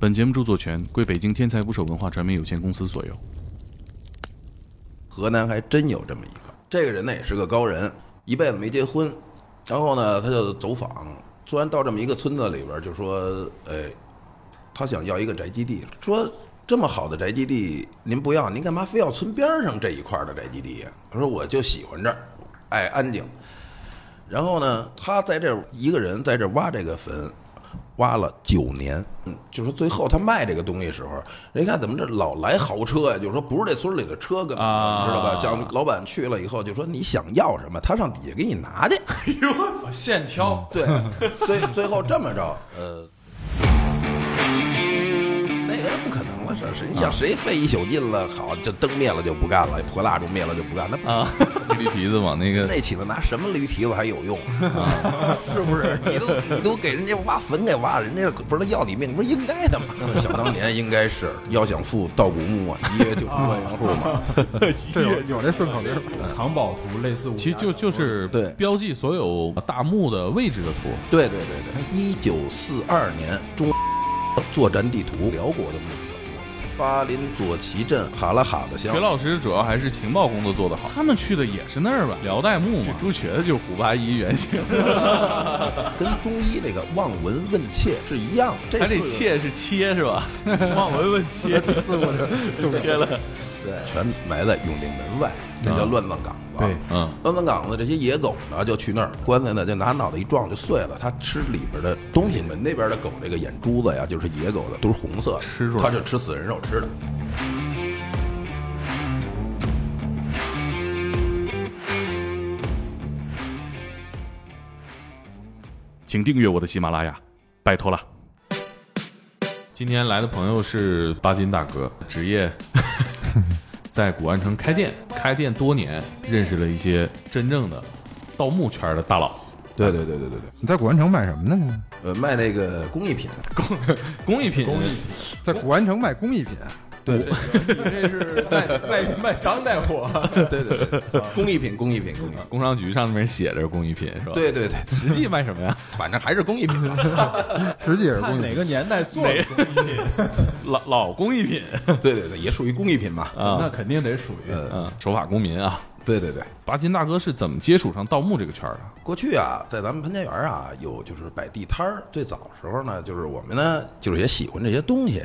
本节目著作权归北京天才捕手文化传媒有限公司所有。河南还真有这么一个，这个人呢也是个高人，一辈子没结婚，然后呢他就走访，突然到这么一个村子里边儿，就说，哎，他想要一个宅基地，说这么好的宅基地您不要，您干嘛非要村边上这一块儿的宅基地呀、他说我就喜欢这儿，爱安静。然后呢，他在这儿一个人在这儿挖这个坟，挖了九年。嗯，就说最后他卖这个东西时候，人一看怎么这老来豪车呀、就说不是这村里的车，根本、啊你知道吧？像老板去了以后就说你想要什么，他上底下给你拿去。我现挑，对，最最后这么着，呃，那个不可能了，是谁？你想谁费一宿劲了？好，这灯灭了就不干了，破蜡烛灭了就不干，那不啊，驴皮子往那个那起子拿什么驴蹄子还有用、啊 是不是？你都你都给人家挖坟给挖，人家不是要你命，不是应该的吗？ 想当年应该是要想富盗古墓啊，一跃就成万元户嘛。嗯 这有有这顺口溜儿，藏宝图类似武其实就就是对标记所有大墓的位置的图。对对对对，一九四二年中作战地图，辽国的墓地。巴林左旗镇哈拉哈的乡学，老师主要还是情报工作做得好，他们去的也是那儿吧，辽代墓嘛。这朱瘸子就是胡八一原型，跟中医那个望闻问切是一样。这 还四得个切是切是 吧？望闻问切，切了，对，全埋在永定门外，那叫乱葬岗子。对嗯乱葬岗子这些野狗呢，就去那儿，棺材呢就拿脑袋一撞就碎了，它吃里边的东西。门那边的狗这个眼珠子呀，就是野狗的，都是红色的，吃出来它是吃死人肉吃的。请订阅我的喜马拉雅，拜托了。今天来的朋友是巴金大哥，职 业在古玩城开店，开店多年，认识了一些真正的盗墓圈的大佬。对对对对对对，你在古玩城卖什么呢？你呃，卖那个工艺品，工艺品，在古玩城卖工艺品，对对你这是 卖卖卖当代货，对对对对， 工艺品，工艺品，工艺品。 工商局上面写着工艺品是吧？，对对对，实际卖什么呀？反正还是工艺品。 实际也是工艺看 哪品。个年代做的工艺品， 老老工艺品啊对对对，也属于工艺品嘛。 那肯定得属于呃，嗯，守法公民啊。对对对，巴金大哥是怎么接触上盗墓这个圈儿的？过去啊，在咱们潘家园啊，有就是摆地摊儿。最早时候呢，就是我们呢，就是也喜欢这些东西，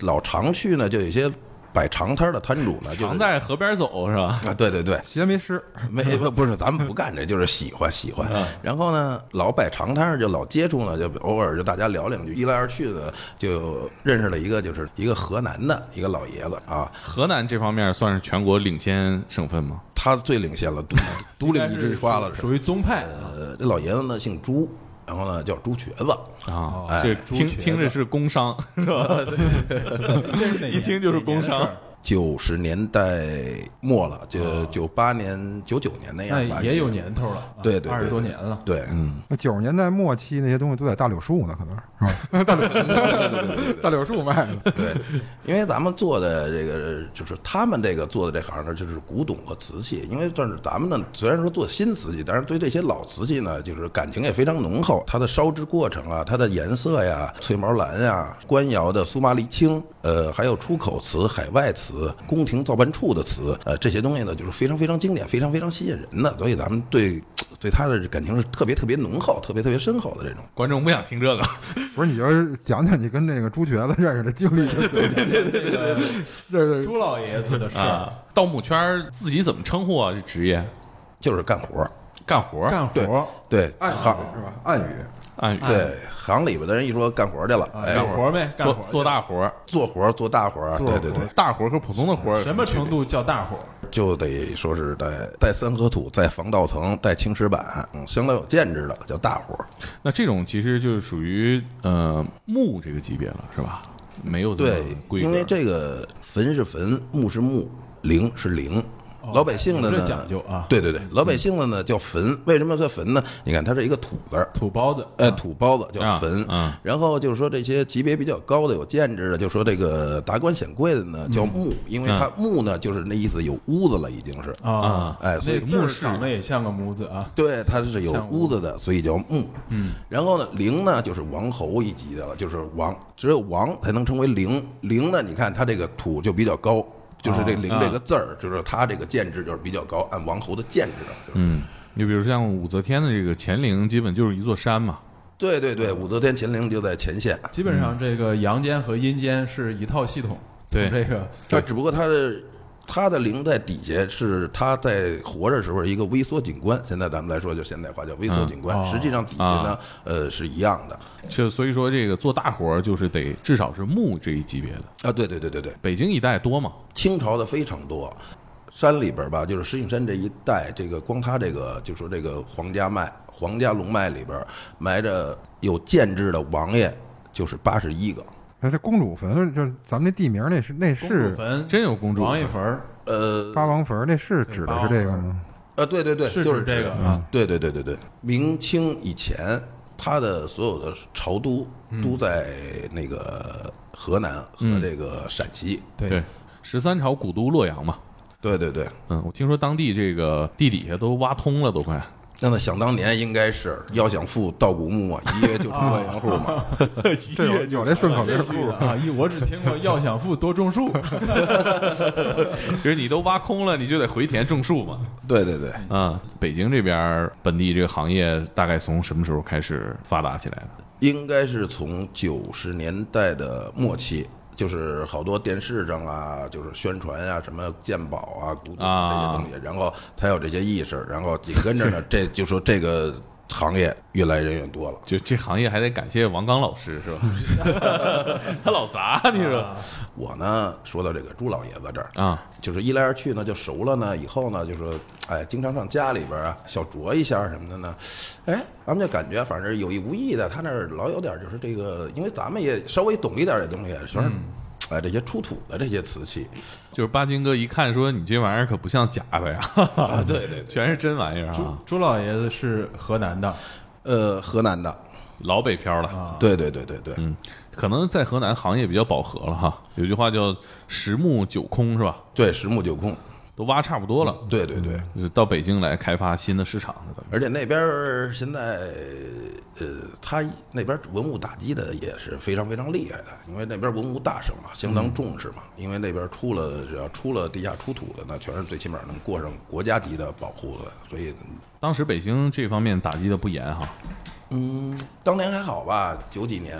老常去呢，就有一些摆长摊儿的摊主呢，就是常在河边走是吧？啊，对对对，鞋没湿，没不不是，咱们不干这，就是喜欢喜欢。嗯然后呢，老摆长摊儿，就老接触呢，就偶尔就大家聊两句，一来二去的就认识了一个，就是一个河南的一个老爷子啊，河南这方面算是全国领先省份吗？他最领先了，独独领一枝花了。属于宗派呃，这老爷子呢姓朱，然后呢叫朱瘸子。啊，哎这猪听瘸子听着是工商是吧？ 一听就是工商。九十年代末了，就九八年、九九年那那样吧，哎也有年头了，啊对对对二十多年了，对，嗯那九十年代末期那些东西都在大柳树呢，可能是 吧？大柳树，大柳树卖 的，对，因为咱们做的这个就是他们这个做的这行呢，就是古董和瓷器。因为但是咱们呢，虽然说做新瓷器，但是对这些老瓷器呢，就是感情也非常浓厚。它的烧制过程啊，它的颜色呀，翠毛蓝呀，官窑的苏麻离青，呃，还有出口瓷、海外瓷、宫廷造办处的瓷，呃，这些东西呢，就是非常非常经典，非常非常吸引人的。所以咱们对对它的感情是特别特别浓厚、特别特别深厚的这种。观众不想听这个，不是？你就是讲讲你跟那个朱瘸子认识的经历就行。对对对对对，这是朱老爷子的事儿，啊，盗墓圈儿自己怎么称呼啊？这职业就是干活儿，干活儿，干对活，对，暗语行，是吧？暗语，按语对，行里边的人一说干活去了，哎啊哎，干活呗，干做活做大活儿，做活做大活，做对对活对，大活儿和普通的活儿什么程度叫大伙？就得说是带带三合土、带防盗层、带青石板，嗯，相当有见识的叫大活。那这种其实就是属于呃墓这个级别了，是吧？没有这么嗯对，规格因为这个坟是坟，墓是墓，陵是陵，老百姓的哦有呢这讲究啊对对对，老百姓的呢叫坟，为什么叫坟呢？你看它是一个土字儿，土包子，哎，土包子叫啊坟嗯，然后就是说这些级别比较高的、有建制的，就说这个达官显贵的呢嗯叫墓，因为它墓呢就是那意思有屋子了，已经是，啊，哎，所以那个墓室嗯室长得也像个模子啊，对，它是有像屋屋子的，所以叫墓。嗯，然后呢，陵呢就是王侯一级的了，就是王，只有王才能称为陵。陵呢，你看它这个土就比较高，就是这“陵”这个字儿，就是它这个建制就是比较高，按王侯的建制的。就是嗯，你比如像武则天的这个乾陵，基本就是一座山嘛。对对对，武则天秦陵就在前线，基本上这个阳间和阴间是一套系统，对从这个它只不过它的它的陵在底下是它在活着时候一个微缩景观，现在咱们来说就现代化叫微缩景观，嗯哦实际上底下呢，呃是一样的就所以说，这个做大活儿就是得至少是墓这一级别的。啊，对对对对对。北京一带多嘛，清朝的非常多，山里边儿吧，就是石景山这一带，这个光他这个就说这个皇家脉、皇家龙脉里边儿埋着有建制的王爷，就是八十一个。哎，这公主坟就是咱们这地名，那是那公主是坟、真有公主王爷坟儿，呃八王坟，那是指的是这个吗？呃，对对对，是就是指这个个啊，对对对对对，明清以前。他的所有的朝都嗯都在那个河南和这个陕西，对，十三朝古都洛阳嘛。对对对。嗯，我听说当地这个地底下都挖通了，都快。 那么想当年应该是要想富盗古墓啊，一 跃就成万元户嘛。哦这有有哎这顺口溜这儿句的啊，一我只听过要想富多 种树，就是你都挖空了，你就得回田种树嘛。对对对，啊、北京这边儿本地这个行业大概从什么时候开始发达起来的？应该是从九十年代的末期，就是好多电视上啊，就是宣传啊，什么鉴宝啊、古董啊这些东西，然后才有这些意识，然后紧跟着呢，这就说这个行业越来人越多了。就这行业还得感谢王刚老师是吧？ 他老砸你说我呢，说到这个朱老爷子这儿，啊就是一来二去呢，就熟了呢。以后呢，就说，哎，经常上家里边啊，小酌一下什么的呢。哎，咱们就感觉反正有意无意的，他那儿老有点就是这个，因为咱们也稍微懂一点这东西，全是，哎，这些出土的这些瓷器就是巴金哥一看说你这玩意儿可不像假的呀， 啊，对对对，全是真玩意儿朱啊，朱老爷子是河南的呃，河南的，老北漂了。啊，对对对对对，嗯，可能在河南行业比较饱和了哈。有句话叫“十木九空”是吧？对，实木九空，都挖差不多了，对对对。嗯就是到北京来开发新的市场了。而且那边儿现在，呃，他那边文物打击的也是非常非常厉害的，因为那边文物大省嘛，相当重视嘛。因为那边出了只要出了地下出土的，那全是最起码能过上国家级的保护的。所以，当时北京这方面打击的不严哈，嗯，当年还好吧，九几年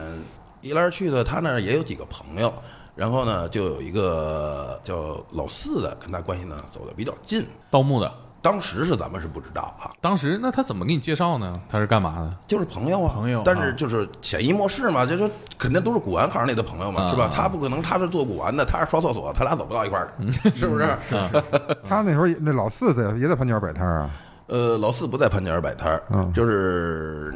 一来二去的，他那儿也有几个朋友，然后呢，就有一个叫老四的，跟他关系呢走的比较近。盗墓的。当时是咱们是不知道啊，当时那他怎么给你介绍呢？他是干嘛的？就是朋友啊，朋友但是就是潜移默示嘛，就说肯定都是古玩行里的朋友嘛，啊是吧？他不可能他是做古玩的，他是刷厕所，他俩走不到一块儿去， 是不是？他那时候也那老四在也在潘家园摆摊儿啊，呃，老四不在潘家园摆摊儿，嗯就是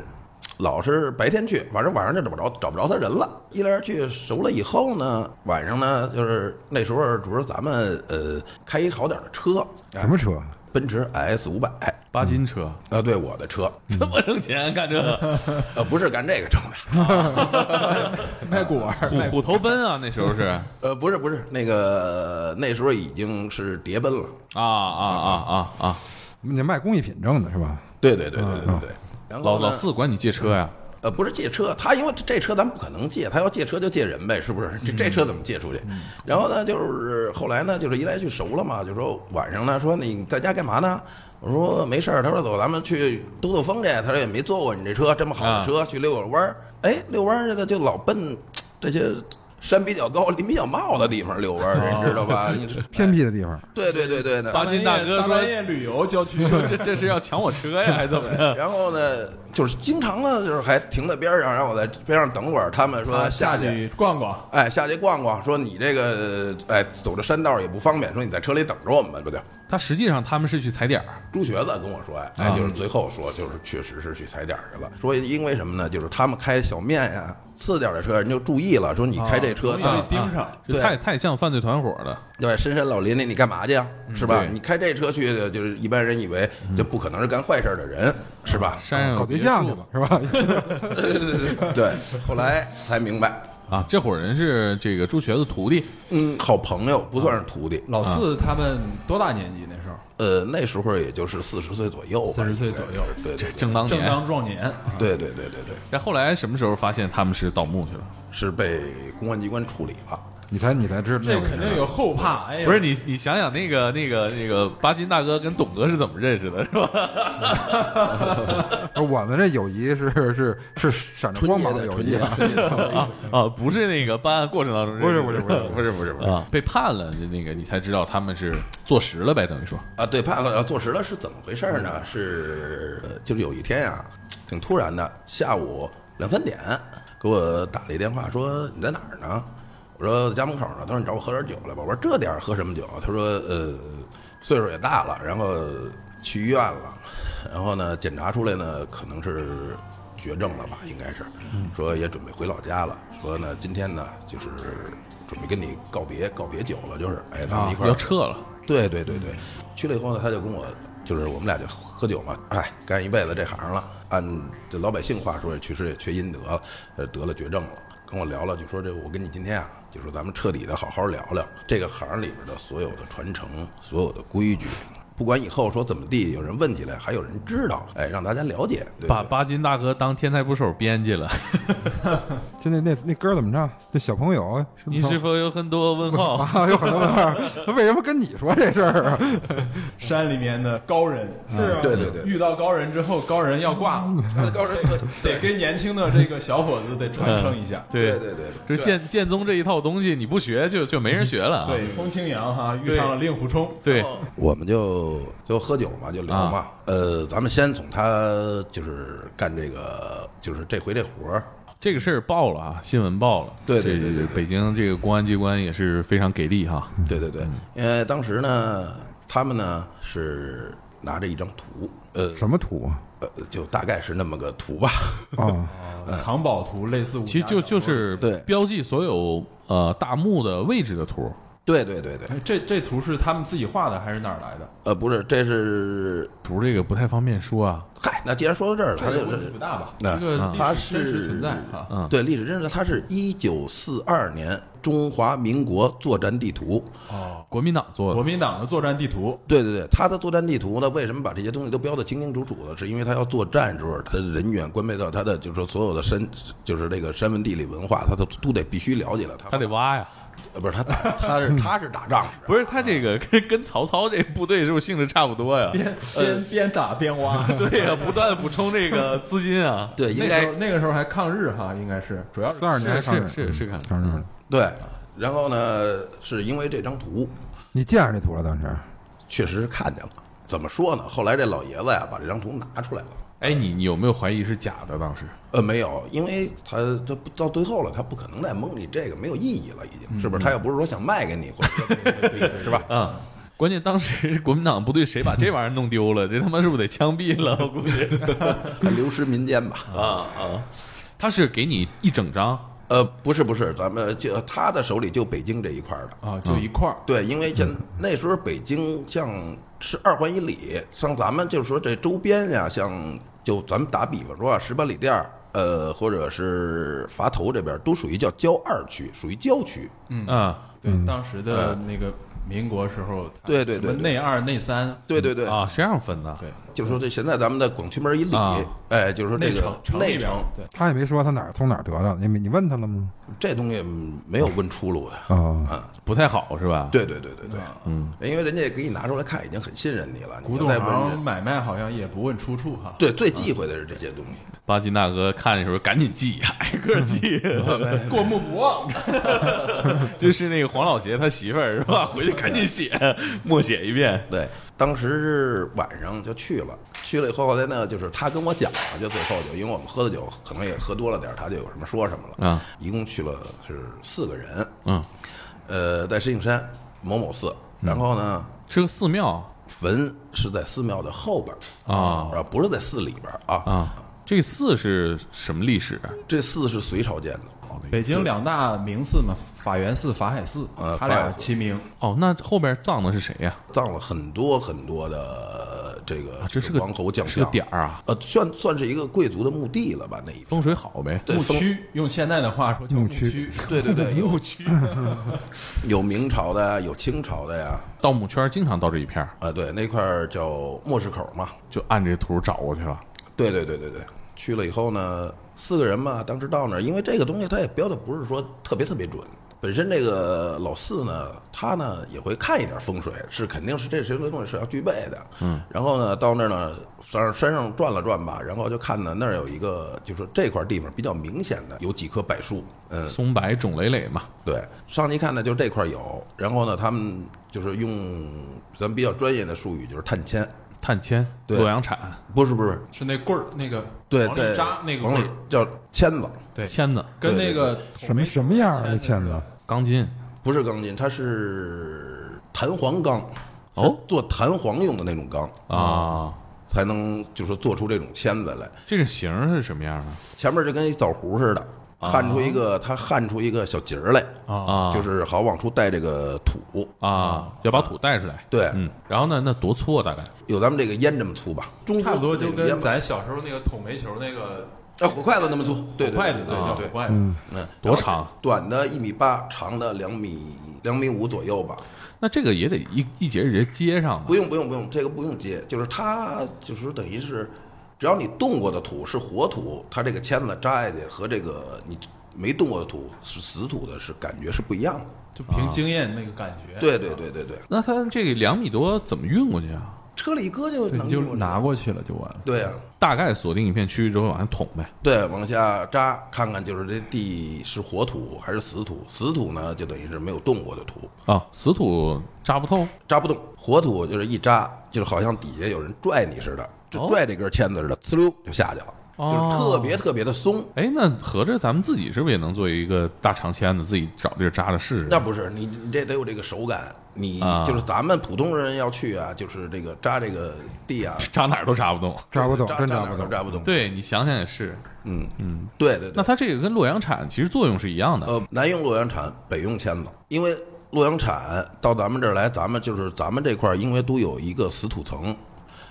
老是白天去，晚上晚上就找不着找不着他人了。一来二去熟了以后呢，晚上呢就是那时候主要咱们呃开一好点儿的车，什么车？啊奔驰 S 五百八斤车，啊，对我的车，嗯怎么挣钱啊干这个？呃不是干这个挣的，卖古玩嗯虎虎头奔啊，那时 候是啊呃不是不是那个那时候已经是叠奔了。啊啊啊啊！你卖工艺品挣的是吧？对对对对嗯对对对。然后老呢老四管你借车 呀？呃不是借车，他因为这车咱不可能借，他要借车就借人呗，是不是？这这嗯车怎么借出去？然后呢，就是后来呢，就是一来就熟了嘛，就说晚上呢，说你在家干嘛呢？我说没事儿，他说走，咱们去兜兜风去。他说也没坐过你这车，这么好啊的车，去溜个弯儿。哎，溜弯儿去的就老奔这些山比较高、林比较茂的地方溜弯哦儿，你知道吧？你这哎偏僻的地方，对对对对对，八斤大哥半夜说半夜旅游郊区 说这这是要抢我车呀，还怎么着？然后呢，就是经常呢，就是还停在边儿上，让我在边上等会儿。他们说啊下去，去逛逛，哎，下去逛逛。说你这个，哎，走这山道也不方便。说你在车里等着我们吧，不就？他实际上他们是去踩点儿，朱瘸子跟我说，哎，哎，就是最后说，就是确实是去踩点儿去了。说因为什么呢？就是他们开小面呀、次点儿的车，人就注意了，说你开这车，啊那啊盯上，这对太太像犯罪团伙了。对，深山老林里你干嘛去呀？是吧？对你开这车去，就是一般人以为这不可能是干坏事儿的人，是吧？山上有搞嗯别对象墅去了是吧？对对 对对对。后来才明白，啊，这伙人是这个朱瘸子徒弟，嗯，好朋友不算是徒弟，老四他们多大年纪那时候？呃，那时候也就是四十岁左右吧， 40岁应该左右是对对对正当正年。当壮年，对对对对对，在后来什么时候发现他们是盗墓去了？是被公安机关处理了。你才你才知道这肯定有后怕。哎呀， 不是你，你想想那个那个那个巴金大哥跟董哥是怎么认识的，是吧？ 有，我们这友谊是是是闪着光芒的友纯谊洁啊，的，啊啊，不是那个办案过程当中认识的，不是不是不是不是不是啊，被判了那个你才知道他们是坐实了呗，等于说啊，对，判了坐实了是怎么回事儿呢？是呃就是有一天啊，挺突然的，下午两三点给我打了一电话，说你在哪儿呢？我说在家门口呢。他说你找我喝点酒来吧。我说这点儿喝什么酒啊？他说呃，岁数也大了，然后去医院了，然后呢检查出来呢可能是绝症了吧，应该是，说也准备回老家了。说呢今天呢就是准备跟你告别告别酒了，就是哎咱啊们一块儿、要撤了，对对对对，去了以后呢，他就跟我，就是我们俩就喝酒嘛，哎，干一辈子这行了，按这老百姓话说，其实也缺阴德了，呃，得了绝症了，跟我聊了，就说这我跟你今天啊，就说咱们彻底的好好聊聊这个行里边的所有的传承，所有的规矩。不管以后说怎么地，有人问起来，还有人知道，哎，让大家了解，对把不对？巴金大哥当天才捕手编辑了。就那那那歌怎么唱？这小朋友，你是否有很多问号？ 啊，有很多问号， 他为什么跟你说这事儿啊？山里面的高人，是啊对对对遇到高人之后，高人要挂了， 他的高人，得跟年轻的这个小伙子得嗯传承一下。对对对，就是剑剑宗这一套东西，你不学就就没人学了啊。对，风清扬哈遇上了令狐冲，对，我们就就喝酒嘛，就聊嘛。呃，咱们先从他就是干这个，就是这回这活儿，这个事儿报了啊，新闻报了。对对对这对对北京这个公安机关也是非常给力哈。对对嗯对，因为当时呢，他们呢是拿着一张图，呃什么图啊？呃，就大概是那么个图吧。 啊，嗯呃藏宝图类似武侠其实就小说就是对标记所有呃大墓的位置的图，对对对对，哎这这图是他们自己画的还是哪儿来的？呃，不是，这是图这个不太方便说啊。嗨，那既然说到这儿了，他这就个问题是不大吧？那这个历史它是真实存在哈。嗯对历史真实，它是一九四二年中华民国作战地图。哦，国民党做国的，民党的作战地图对对对，他的作战地图呢，为什么把这些东西都标的清清楚楚的？是因为他要作战时候，他的人员关配到他的，就是说所有的山，就是这个山文地理文化，他都都得必须了解了。他他得挖呀。呃，不是他打，他是他是打仗时不是他这个 跟跟曹操这部队是不是性质差不多呀？呃边边边打边挖。 对呀、不断地补充这个资金啊。 对，应那时该候那个时候还抗日哈，应该是主要是四二年上是是任是看上任了，对。然后呢，是因为这张图你见着这图了当时？确实是看见了。怎么说呢？后来这老爷子呀，把这张图拿出来了。哎，你你有没有怀疑是假的？当时呃，没有，因为他他不到最后了，他不可能再蒙你这个没有意义了，已经是不是？他又不是说想卖给你，或者说是吧？啊、关键当时国民党部队谁把这玩意儿弄丢了？这他妈是不是得枪毙了？我估计流失民间吧。啊啊，他是给你一整张，呃，不是不是，咱们就他的手里就北京这一块儿的。啊，嗯就一块儿。对，因为现嗯那时候北京像是二环以里，像咱们就是说这周边呀、像就咱们打比方说啊，十八里店儿，呃，或者是垡头这边儿，都属于叫郊二区，属于郊区。嗯啊对，当时的那个民国时候，它对对对什么内二内三，对对嗯对，啊，是这样分的。对就是说这现在咱们的广渠门以里，啊哎，就是说这内个城内里边城儿，对，他也没说他哪儿从哪儿得的，你你问他了吗？这东西没有问出路的。嗯啊，不太好是吧？对对对对对，嗯，因为人家给你拿出来看，已经很信任你了。你古要董再问行人，买卖好像也不问出处哈。对，最忌讳的是这些东西。巴金大哥看的时候赶紧记， 挨个记， 过目不忘， 就是那个黄老邪他媳妇儿是吧？回去赶紧写，默写一遍。对，当时是晚上就去了，去了以后后来呢，就是他跟我讲了，就最后就因为我们喝的酒可能也喝多了点儿，他就有什么说什么了。啊，一共去了是四个人，嗯，呃，在石景山某某寺，然后呢，是个寺庙坟是在寺庙的后边儿啊啊，不是在寺里边儿啊啊，这寺是什么历史啊？这寺是隋朝建的，哦北京两大名寺嘛，法源寺、法海寺呃，它法俩海寺齐名。哦，那后边葬的是谁呀、葬了很多很多的呃这个啊？这是个王侯将是个相点儿啊，呃，算算是一个贵族的墓地了吧？那一片风水好呗。对牧风区，用现在的话说叫牧牧区区。对对对，有去， 有明朝的呀，有清朝的呀，盗墓圈经常到这一片儿，啊，对，那块儿叫莫市口嘛。就按这图找过去了。对对对对对，去了以后呢，四个人嘛，当时到那儿，因为这个东西它也标的不是说特别特别准。本身这个老四呢，他呢也会看一点风水，是肯定是这些东西是要具备的。嗯，然后呢，到那儿呢，山山上转了转吧，然后就看呢那儿有一个，就说这块地方比较明显的有几棵柏树，嗯，松柏冢累累嘛，对，上去看呢，就这块儿有，然后呢，他们就是用咱们比较专业的术语，就是探铅，探铅、对洛阳铲、不是不是，是那棍儿，那个对，往在里扎那个往棍里儿，叫签子，对，签子、跟对那个什么什么样儿的签子？钢筋。不是钢筋，它是弹簧钢，哦，做弹簧用的那种钢，啊，才能就说做出这种签子来。这个形儿是什么样前面就跟一枣核似的，焊出一个，它焊出一个小节儿来，的啊？就是好往出带这个土，啊，要把土带出来。对，嗯，然后呢，那多粗啊？大概有咱们这个烟这么粗吧，中国差不多就这个烟跟吧咱小时候那个捅煤球那个啊火筷子那么粗，对对筷子，对对叫火对。筷子。嗯，多长？短的一米八，长的两米两米五左右吧。那这个也得一一节一节接上吧不？用不用不用，这个不用接，就是它就是等于是，只要你动过的土是活土，它这个签子扎下去和这个你没动过的土是死土的是感觉是不一样的。就凭经验那个感觉。，对对对对对，那它这个两米多怎么运过去啊？车里一搁就能你就用了拿。过去了就完了。对呀、大概锁定一片区域之后往下捅呗。对，往下扎，看看就是这地是活土还是死土。死土呢，就等于是没有动过的土，啊，死土扎不透，扎不动；活土就是一扎，就是好像底下有人拽你似的，就哦拽这根签子似的，呲溜就下去了，就是特别特别的松。哎，那合着咱们自己是不是也能做一个大长签子，自己找地儿扎着试试？那不是你，你这得有这个手感。你啊就是咱们普通人要去啊，就是这个扎这个地啊， 扎哪儿都扎不动。扎不动，扎真扎扎哪不儿都动。扎不动。， 对你想想也是，嗯嗯，对对那对。它这个跟洛阳铲其实作用是一样的。呃，南用洛阳铲，北用签子，因为洛阳铲到咱们这儿来，咱们就是咱们这块儿，因为都有一个死土层。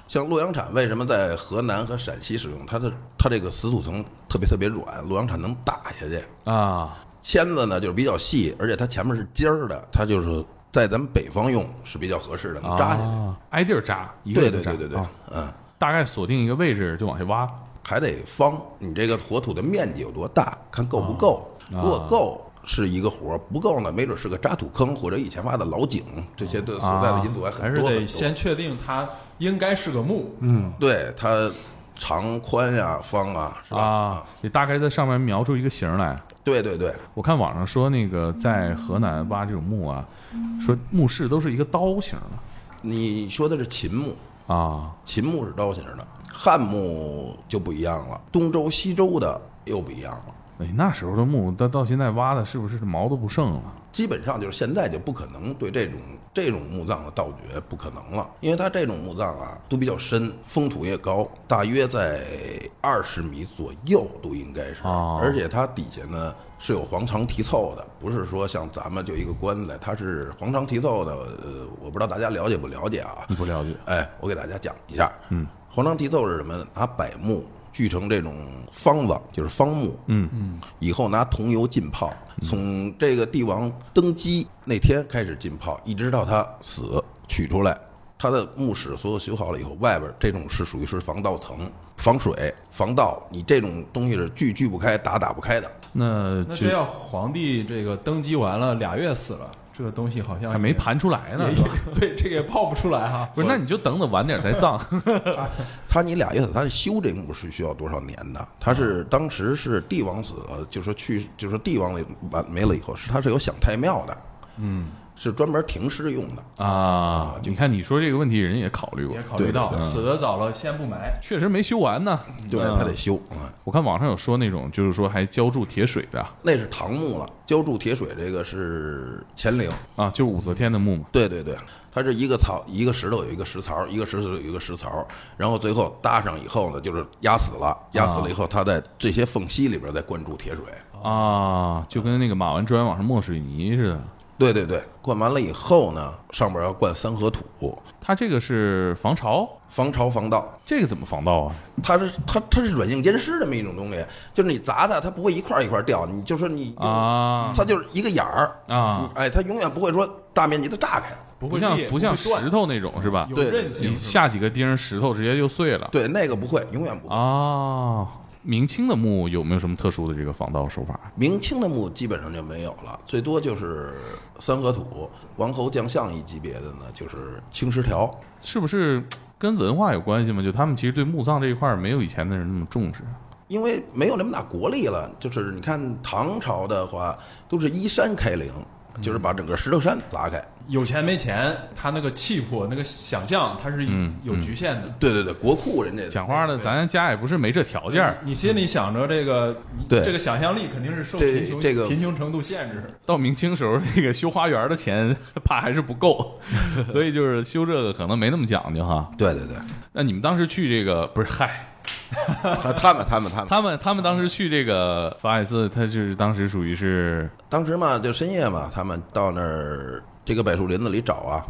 像洛阳铲为什么在河南和陕西使用？它的它这个死土层特别特别软，洛阳铲能打下去。啊，签子呢就是比较细，而且它前面是尖儿的，它就是在咱们北方用是比较合适的，能扎下去。啊，挨地儿扎，一个对一个对扎对对对啊，嗯，大概锁定一个位置就往下挖。还得方，你这个火土的面积有多大，看够不够。啊如果够是一个活儿，不够呢，没准是个渣土坑或者以前挖的老井，这些的所在的因素还啊还很是多得很多。先确定它应该是个墓，嗯对它长宽呀、方啊，是吧？啊，你大概在上面描出一个形儿来。对对对，我看网上说那个在河南挖这种墓啊，说墓室都是一个刀形的你说的是秦墓，啊，秦墓是刀形的，汉墓就不一样了，东周、西周的又不一样了。哎，那时候的墓到到现在挖的是不是毛都不剩了？基本上就是现在就不可能对这种这种墓葬的盗掘不可能了，因为它这种墓葬啊都比较深，风土也高，大约在二十米左右都应该是，哦而且它底下呢是有黄肠题凑的，不是说像咱们就一个棺材，它是黄肠题凑的，呃，我不知道大家了解不了解啊，你不了解哎，我给大家讲一下。嗯，黄肠题凑是什么呢？拿柏木锯成这种方子，就是方木。嗯嗯，以后拿桐油浸泡，从这个帝王登基那天开始浸泡，一直到他死取出来。他的墓室所有修好了以后，外边这种是属于是防盗层，防水、防盗。你这种东西是锯锯不开、打打不开的。那那就这要皇帝这个登基完了俩月死了，这个东西好像还没也盘出来呢也，是吧 对，这个也泡不出来哈。不是？那你就等等晚点再 葬他你俩月死，他修这墓是需要多少年的？他是当时是帝王死了，就说去，就说帝王里完没了以后，是他是有享太庙的，嗯，是专门停尸用的。啊，你看你说这个问题，人也考虑过也，考虑对对到对死得早了，先不埋，确实没修完呢。对，嗯他得修啊，我看网上有说那种，就是说还浇筑铁水的啊那是唐墓了。浇筑铁水这个是乾陵，啊，就是武则天的墓嘛。对对对，它是一个槽，一个石头有一个石槽，一个石头有一个石槽，然后最后搭上以后呢，就是压死了，压死了以后，它在这些缝隙里边再灌注铁水。哦啊，就跟那个马完砖往上抹水泥似的。对对对，灌完了以后呢，上边要灌三合土，它这个是防潮，防潮防盗。这个怎么防盗啊？它是它它是软硬兼施这么一种东西，就是你砸它，它不会一块儿一块儿掉，你就说你用啊它就是一个眼儿啊你哎，它永远不会说大面积的炸开。不不会像裂不不像会断石头那种是吧？有对韧你性是吧。下几个钉儿，石头直接就碎了。对，那个不会，永远不会。啊，明清的墓有没有什么特殊的这个防盗手法？明清的墓基本上就没有了，最多就是三合土、王侯将相一级别的呢，就是青石条。是不是跟文化有关系吗？就他们其实对墓葬这一块儿没有以前的人那么重视。因为没有那么大国力了，就是你看唐朝的话，都是依山开陵，就是把整个石头山砸开。有钱没钱，他那个气魄、那个想象，他是嗯有局限的。对对对，国库人家讲话的，咱家也不是没这条件儿，你心里想着这个，嗯你对这个想象力肯定是受这贫穷这个贫穷程度限制。到明清时候那个修花园的钱 怕还是不 够，所以就是修这个可能没那么讲究哈。对对对，那你们当时去这个不是嗨？他他们他们他们， 他们他们当时去这个法海寺，他就是当时属于是当时嘛就深夜嘛，他们到那儿这个柏树林子里找啊，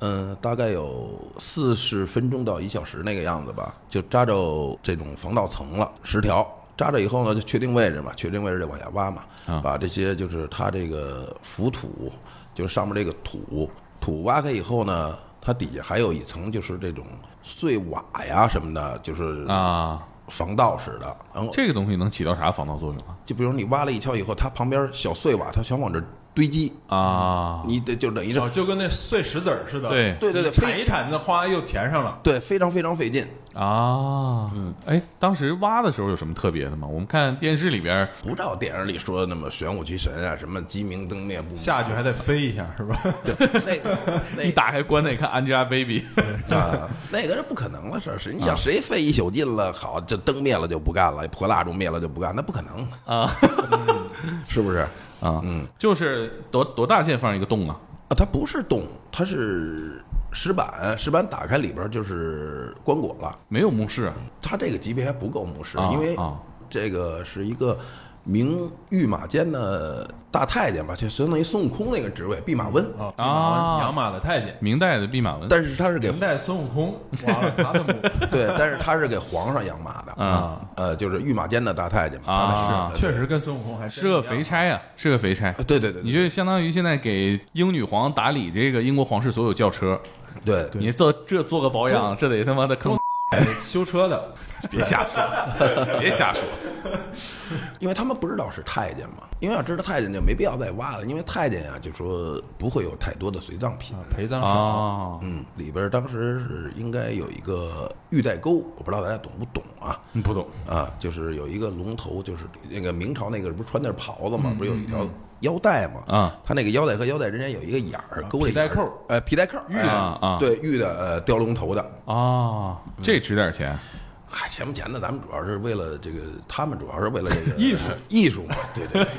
嗯，大概有四十分钟到一小时那个样子吧，就扎着这种防盗层了，十条。扎着以后呢，就确定位置嘛，确定位置就往下挖嘛啊，把这些就是它这个浮土，就是上面这个土，土挖开以后呢，它底下还有一层就是这种碎瓦呀什么的，就是啊，防盗似的。然后这个东西能起到啥防盗作用啊？就比如你挖了一锹以后，它旁边小碎瓦，它全往这儿堆积，啊，你得就等于是哦，就跟那碎石子儿似的。对对对对铲一铲子花又填上了。对非常非常费劲。啊，嗯，哎，当时挖的时候有什么特别的吗？我们看电视里边儿不照电影里说的那么玄武奇神啊，什么鸡鸣灯灭不明下去还得飞一下，是吧？对那 个那一打开棺材一看 Angelababy， 个啊，那个是不可能的事儿。谁你啊想谁费一宿劲了，好这灯灭了就不干了，破蜡烛灭了就不干，那不可能啊， 是不是？啊，啊，嗯，就是多多大件放一个洞啊？它不是洞，它是石板，石板打开里边就是棺椁了。没有墓室它这个级别还不够墓室，啊因为啊这个是一个名御马监的大太监吧，就相当于孙悟空那个职位，弼马温。啊啊养马的太监，明代的弼马温但是他是给明代孙悟空挖了他的墓对，但是他是给皇上养马的，啊，呃，就是御马监的大太监嘛。啊他确实跟孙悟空还是个肥差啊，是个肥差。是，对对对，你就相当于现在给英女皇打理这个英国皇室所有轿车，对对你做这做个保养，这得他妈的坑，修车的，别瞎说，别瞎说。因为他们不知道是太监嘛，因为要知道太监就没必要再挖了，因为太监啊呀，就说不会有太多的随葬品。陪葬少。啊，嗯，里边当时是应该有一个玉带钩，我不知道大家懂不懂啊？你嗯不懂啊，就是有一个龙头，就是那个明朝那个不是穿那袍子嘛，不是有一条腰带嘛？啊，它那个腰带和腰带之间有一个眼儿，勾着皮带眼儿扣，呃，皮带扣，玉的啊对，玉的，呃，雕龙头的。啊？这值点钱嗨，钱不钱的，咱们主要是为了这个，他们主要是为了这个艺术，艺术嘛，对对对，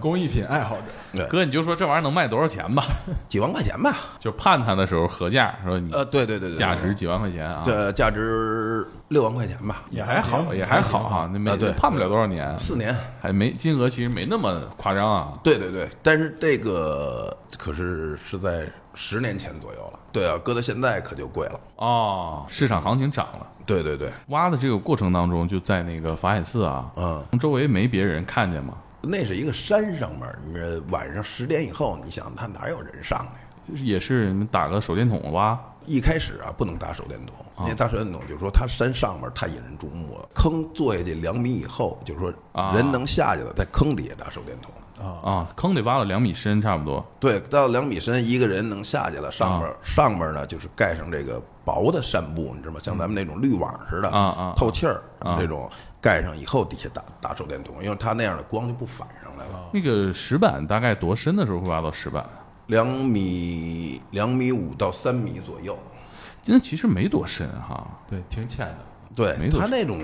工艺品爱好者，哥，你就说这玩意儿能卖多少钱吧？ 几万块钱吧，就判他的时候合价说你呃，对对对对，价值几万块钱啊？这价值六万块钱吧，也还好，也还好哈，那没啊对判不了多少年，四年，还没金额其实没那么夸张啊。对对对，但是这个可是是在十年前左右了，对啊，搁到现在可就贵了，哦，市场行情涨了。对对对，挖的这个过程当中，就在那个法海寺啊，嗯，周围没别人看见吗？那是一个山上面儿，你这晚上十点以后，你想他哪有人上来呀？也是你们打个手电筒挖一开始啊，不能搭手电筒，因为搭手电筒就是说它山上面太引人注目了。坑坐下去两米以后，就是说啊人能下去了，在坑底下搭手电筒。啊，坑得挖了两米深差不多对，到两米深，一个人能下去了。上啊面上面呢，就是盖上这个薄的扇布，你知道吗？像咱们那种滤网似的，啊啊啊透气儿这种，盖上以后，底下打打手电筒，因为它那样的光就不反上来了。那个石板大概多深的时候会挖到石板？两米两米五到三米左右，今天其实没多深哈，对，挺浅的。对没多它深那种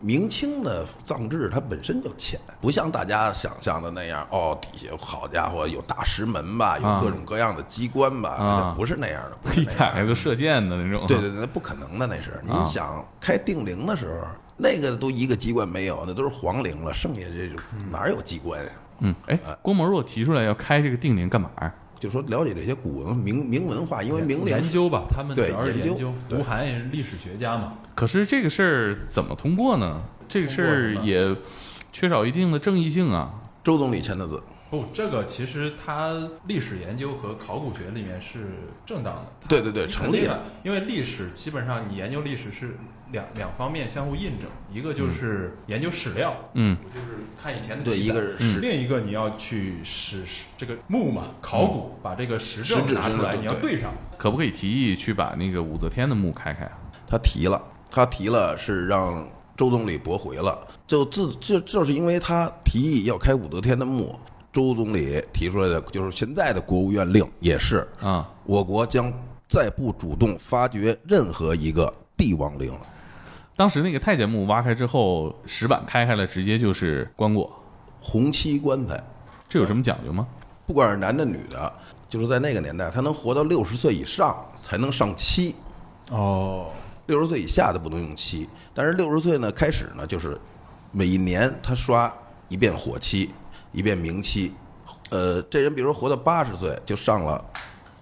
明清的藏制，它本身就浅，不像大家想象的那样，哦，底下好家伙有大石门吧，啊有各种各样的机关吧，啊它不是那样的，不是一那样打开就射箭的那种。的。对对对，那不可能的，那是你啊想开定陵的时候，那个都一个机关没有，那都是皇陵了，剩下这种哪有机关呀？嗯，哎，郭沫若提出来要开这个定陵干嘛呀？就说了解这些古文明明文化，因为明研陵究吧，他们主对要是研研究究。对吴晗也是历史学家嘛，可是这个事儿怎么通过呢？这个事儿也缺少一定的正义性啊。周总理签的字，不，哦这个其实它历史研究和考古学里面是正当的。它对对对你呃成肯立定了的，因为历史基本上你研究历史是两两方面相互印证，一个就是研究史料，嗯我就是看以前嗯的对，记一载个是史另一个你要去史史这个墓嘛，考古把这个实嗯实证质拿真出的来，对你要对对上。可不可以提议去把那个武则天的墓开开啊？他提了，他提了是让周总理驳回了，就自就就是因为他提议要开武则天的墓，周总理提出来的就是现在的国务院令也是，啊，我国将再不主动发掘任何一个帝王陵。当时那个太监墓挖开之后，石板开开了，直接就是棺椁，红漆棺材，这有什么讲究吗？不管是男的女的，就是在那个年代，他能活到六十岁以上才能上漆，哦，六十岁以下的不能用漆。但是六十岁呢，开始呢就是每一年他刷一遍火漆，一遍明漆。呃，这人比如说活到八十岁，就上了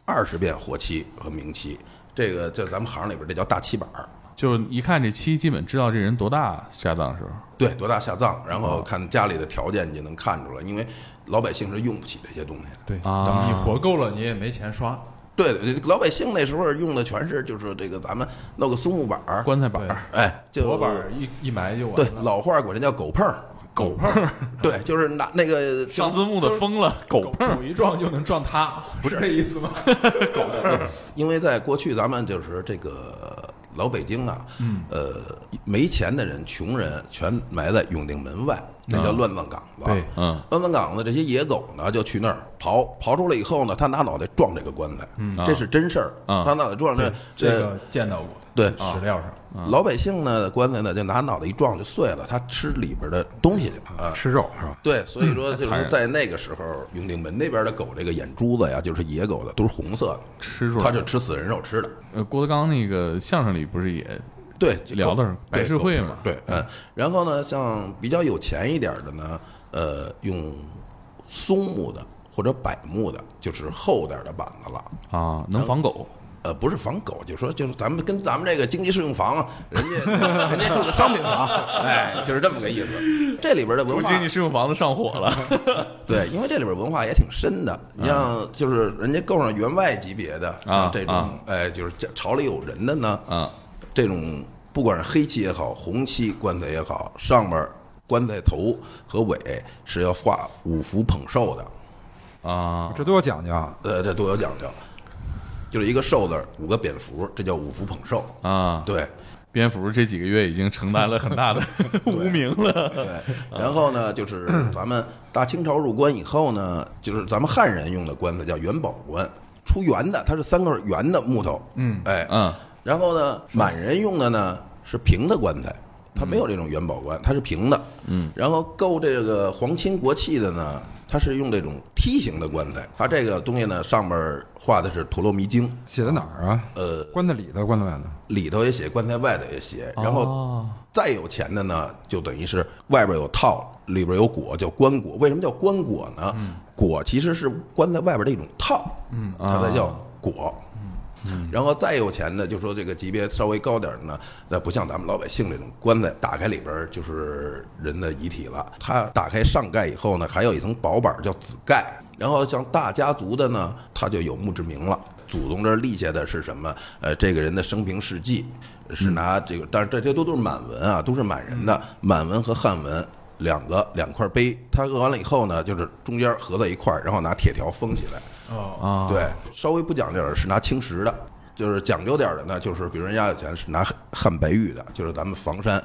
二十遍火漆和明漆。这个在咱们行里边，这叫大漆板儿。就是一看这漆，基本知道这人多大下葬的时候。对，多大下葬，然哦后看家里的条件，你就能看出来，因为老百姓是用不起这些东西的。对啊你活够了，你也没钱刷。对，老百姓那时候用的全是就是这个咱们弄个松木板儿，棺材板对儿，哎，就活板儿一一埋就完对了。，老话儿管这叫狗碰儿，狗碰儿， 对，就是拿那 个就上字幕的疯了，狗碰儿狗一撞就能撞塌，不是这意思吗？呃因为在过去咱们就是这个老北京啊，嗯，呃，没钱的人、穷人全埋在永定门外，那叫乱葬岗子。对嗯，乱葬岗子这些野狗呢，就去那儿刨，刨出来以后呢，他拿脑袋撞这个棺材，嗯这是真事儿，啊他拿脑袋撞这 这呃个见到过的，对史料上。老百姓呢，棺材呢就拿脑袋一撞就碎了，他吃里边的东西去了啊。吃肉是吧？对，所以说就嗯残是忍在那个时候，永定门那边的狗，这个眼珠子呀，就是野狗的，都是红色吃住的，了它就吃死人肉吃的。呃，郭德纲那个相声里不是也对，聊的是对白事会嘛对，嗯，然后呢，像比较有钱一点的呢，呃，用松木的或者柏木的，就是厚点儿的板子了。啊能防狗？呃，不是防狗，就说就是咱们跟咱们这个经济适用房，人家人家住的商品房，哎，就是这么个意 思。这里边的文如化，今你是用房子上火了，对，因为这里边文化也挺深的。你像就是人家够上员外级别的，像这嗯啊种，哎，就是家朝里有人的呢，啊，这种不管是黑漆也好，红漆棺材也好，上面棺材头和尾是要画五福捧寿的，啊，这都有讲究啊。呃，这都有讲究，就是一个寿字儿，五个蝙蝠，这叫五福捧寿。啊，对，蝙蝠这几个月已经承担了很大的无名 了。对，然后呢，就是咱们大清朝入关以后呢，就是咱们汉人用的棺材叫元宝棺，出圆的，它是三个圆的木头，嗯，哎，嗯，然后呢，满人用的呢是平的棺材，它没有这种元宝棺，它是平的，嗯，然后够这个皇亲国戚的呢，它是用这种梯形的棺材，它这个东西呢上面画的是陀罗尼经，写在哪儿啊？呃，棺材里头，棺材外头。里头也写，棺材外头也写，然后哦再有钱的呢，就等于是外边有套，里边有果，叫棺椁。为什么叫棺椁呢？椁其实是棺材外边的一种套，嗯，它才叫椁。然后再有钱的，就说这个级别稍微高点儿的呢，那不像咱们老百姓这种棺材打开里边儿就是人的遗体了，它打开上盖以后呢，还有一层薄板儿叫子盖。然后像大家族的呢，它就有墓志铭了，祖宗这儿立下的是什么？呃，这个人的生平事迹是拿这个，但是这这都都是满文啊，都是满人的满文和汉文。两个两块碑，它刻完了以后呢，就是中间合在一块儿，然后拿铁条封起来，哦，啊，对，稍微不讲究点儿是拿青石的，就是讲究点儿的呢，就是比如人家有钱是拿汉白玉的，就是咱们房山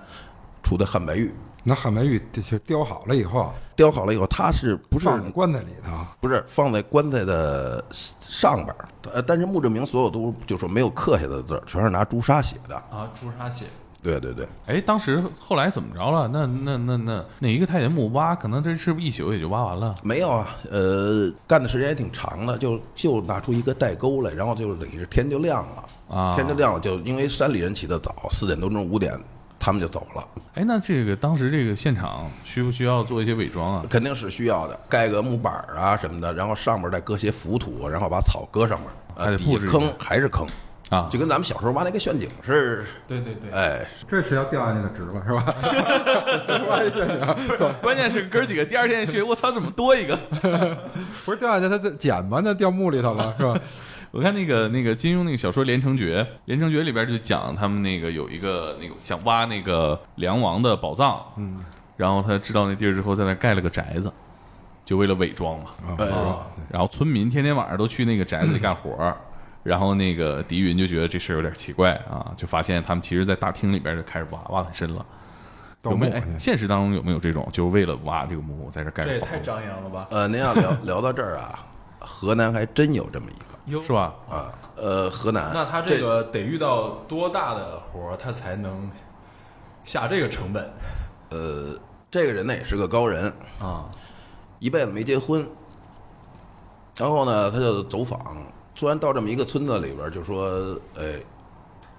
出的汉白玉，那汉白玉这就雕好了以后，啊雕好了以后，它是不是放在棺材里头，啊不是放在棺材的上边儿？呃，但是墓志铭所有都就说没有刻下的字儿，全是拿朱砂写的。啊，朱砂写，对对对，哎，当时后来怎么着了？那那那那那一个太监墓挖，可能这是不是一宿也就挖完了？没有啊，呃，干的时间也挺长的，就就拿出一个代沟来，然后就是等于是天就亮了啊天就亮了，就因为山里人起得早，四点多钟五点他们就走了，哎，那这个当时这个现场需不需要做一些伪装啊？肯定是需要的，盖个木板儿啊什么的，然后上面再搁些浮土，然后把草搁上面，还呃，得底布置下一坑下还是坑，啊，就跟咱们小时候挖那个陷阱是，对对对，哎，这是要掉下去的值了，是吧？关键是哥儿几个第二天去，我操，怎么多一个？ 不是掉下去，它就捡吧，那掉墓里头了，是吧？我看那个那个金庸那个小说《连城诀》，《连城诀》里边就讲他们那个有一个那个想挖那个梁王的宝藏，嗯，然后他知道那地儿之后，在那儿盖了个宅子，就为了伪装嘛。哎然后村民天天晚上都去那个宅子里干活儿，然后那个狄云就觉得这事儿有点奇怪啊，就发现他们其实，在大厅里边就开始挖，挖很深了。盗有墓啊没去有？哎，现实当中有没有这种，就是为了挖这个墓，在这儿盖这也着房太子，张扬了吧？呃，您要聊 聊到这儿啊，河南还真有这么一哟是？吧？个啊，呃，河南，那他这个得遇到多大的活儿，他才能下这个成本这个人呢也是个高人，啊？一辈子没结婚。然后呢，他就走访，突然到这么一个村子里边儿，就说，哎，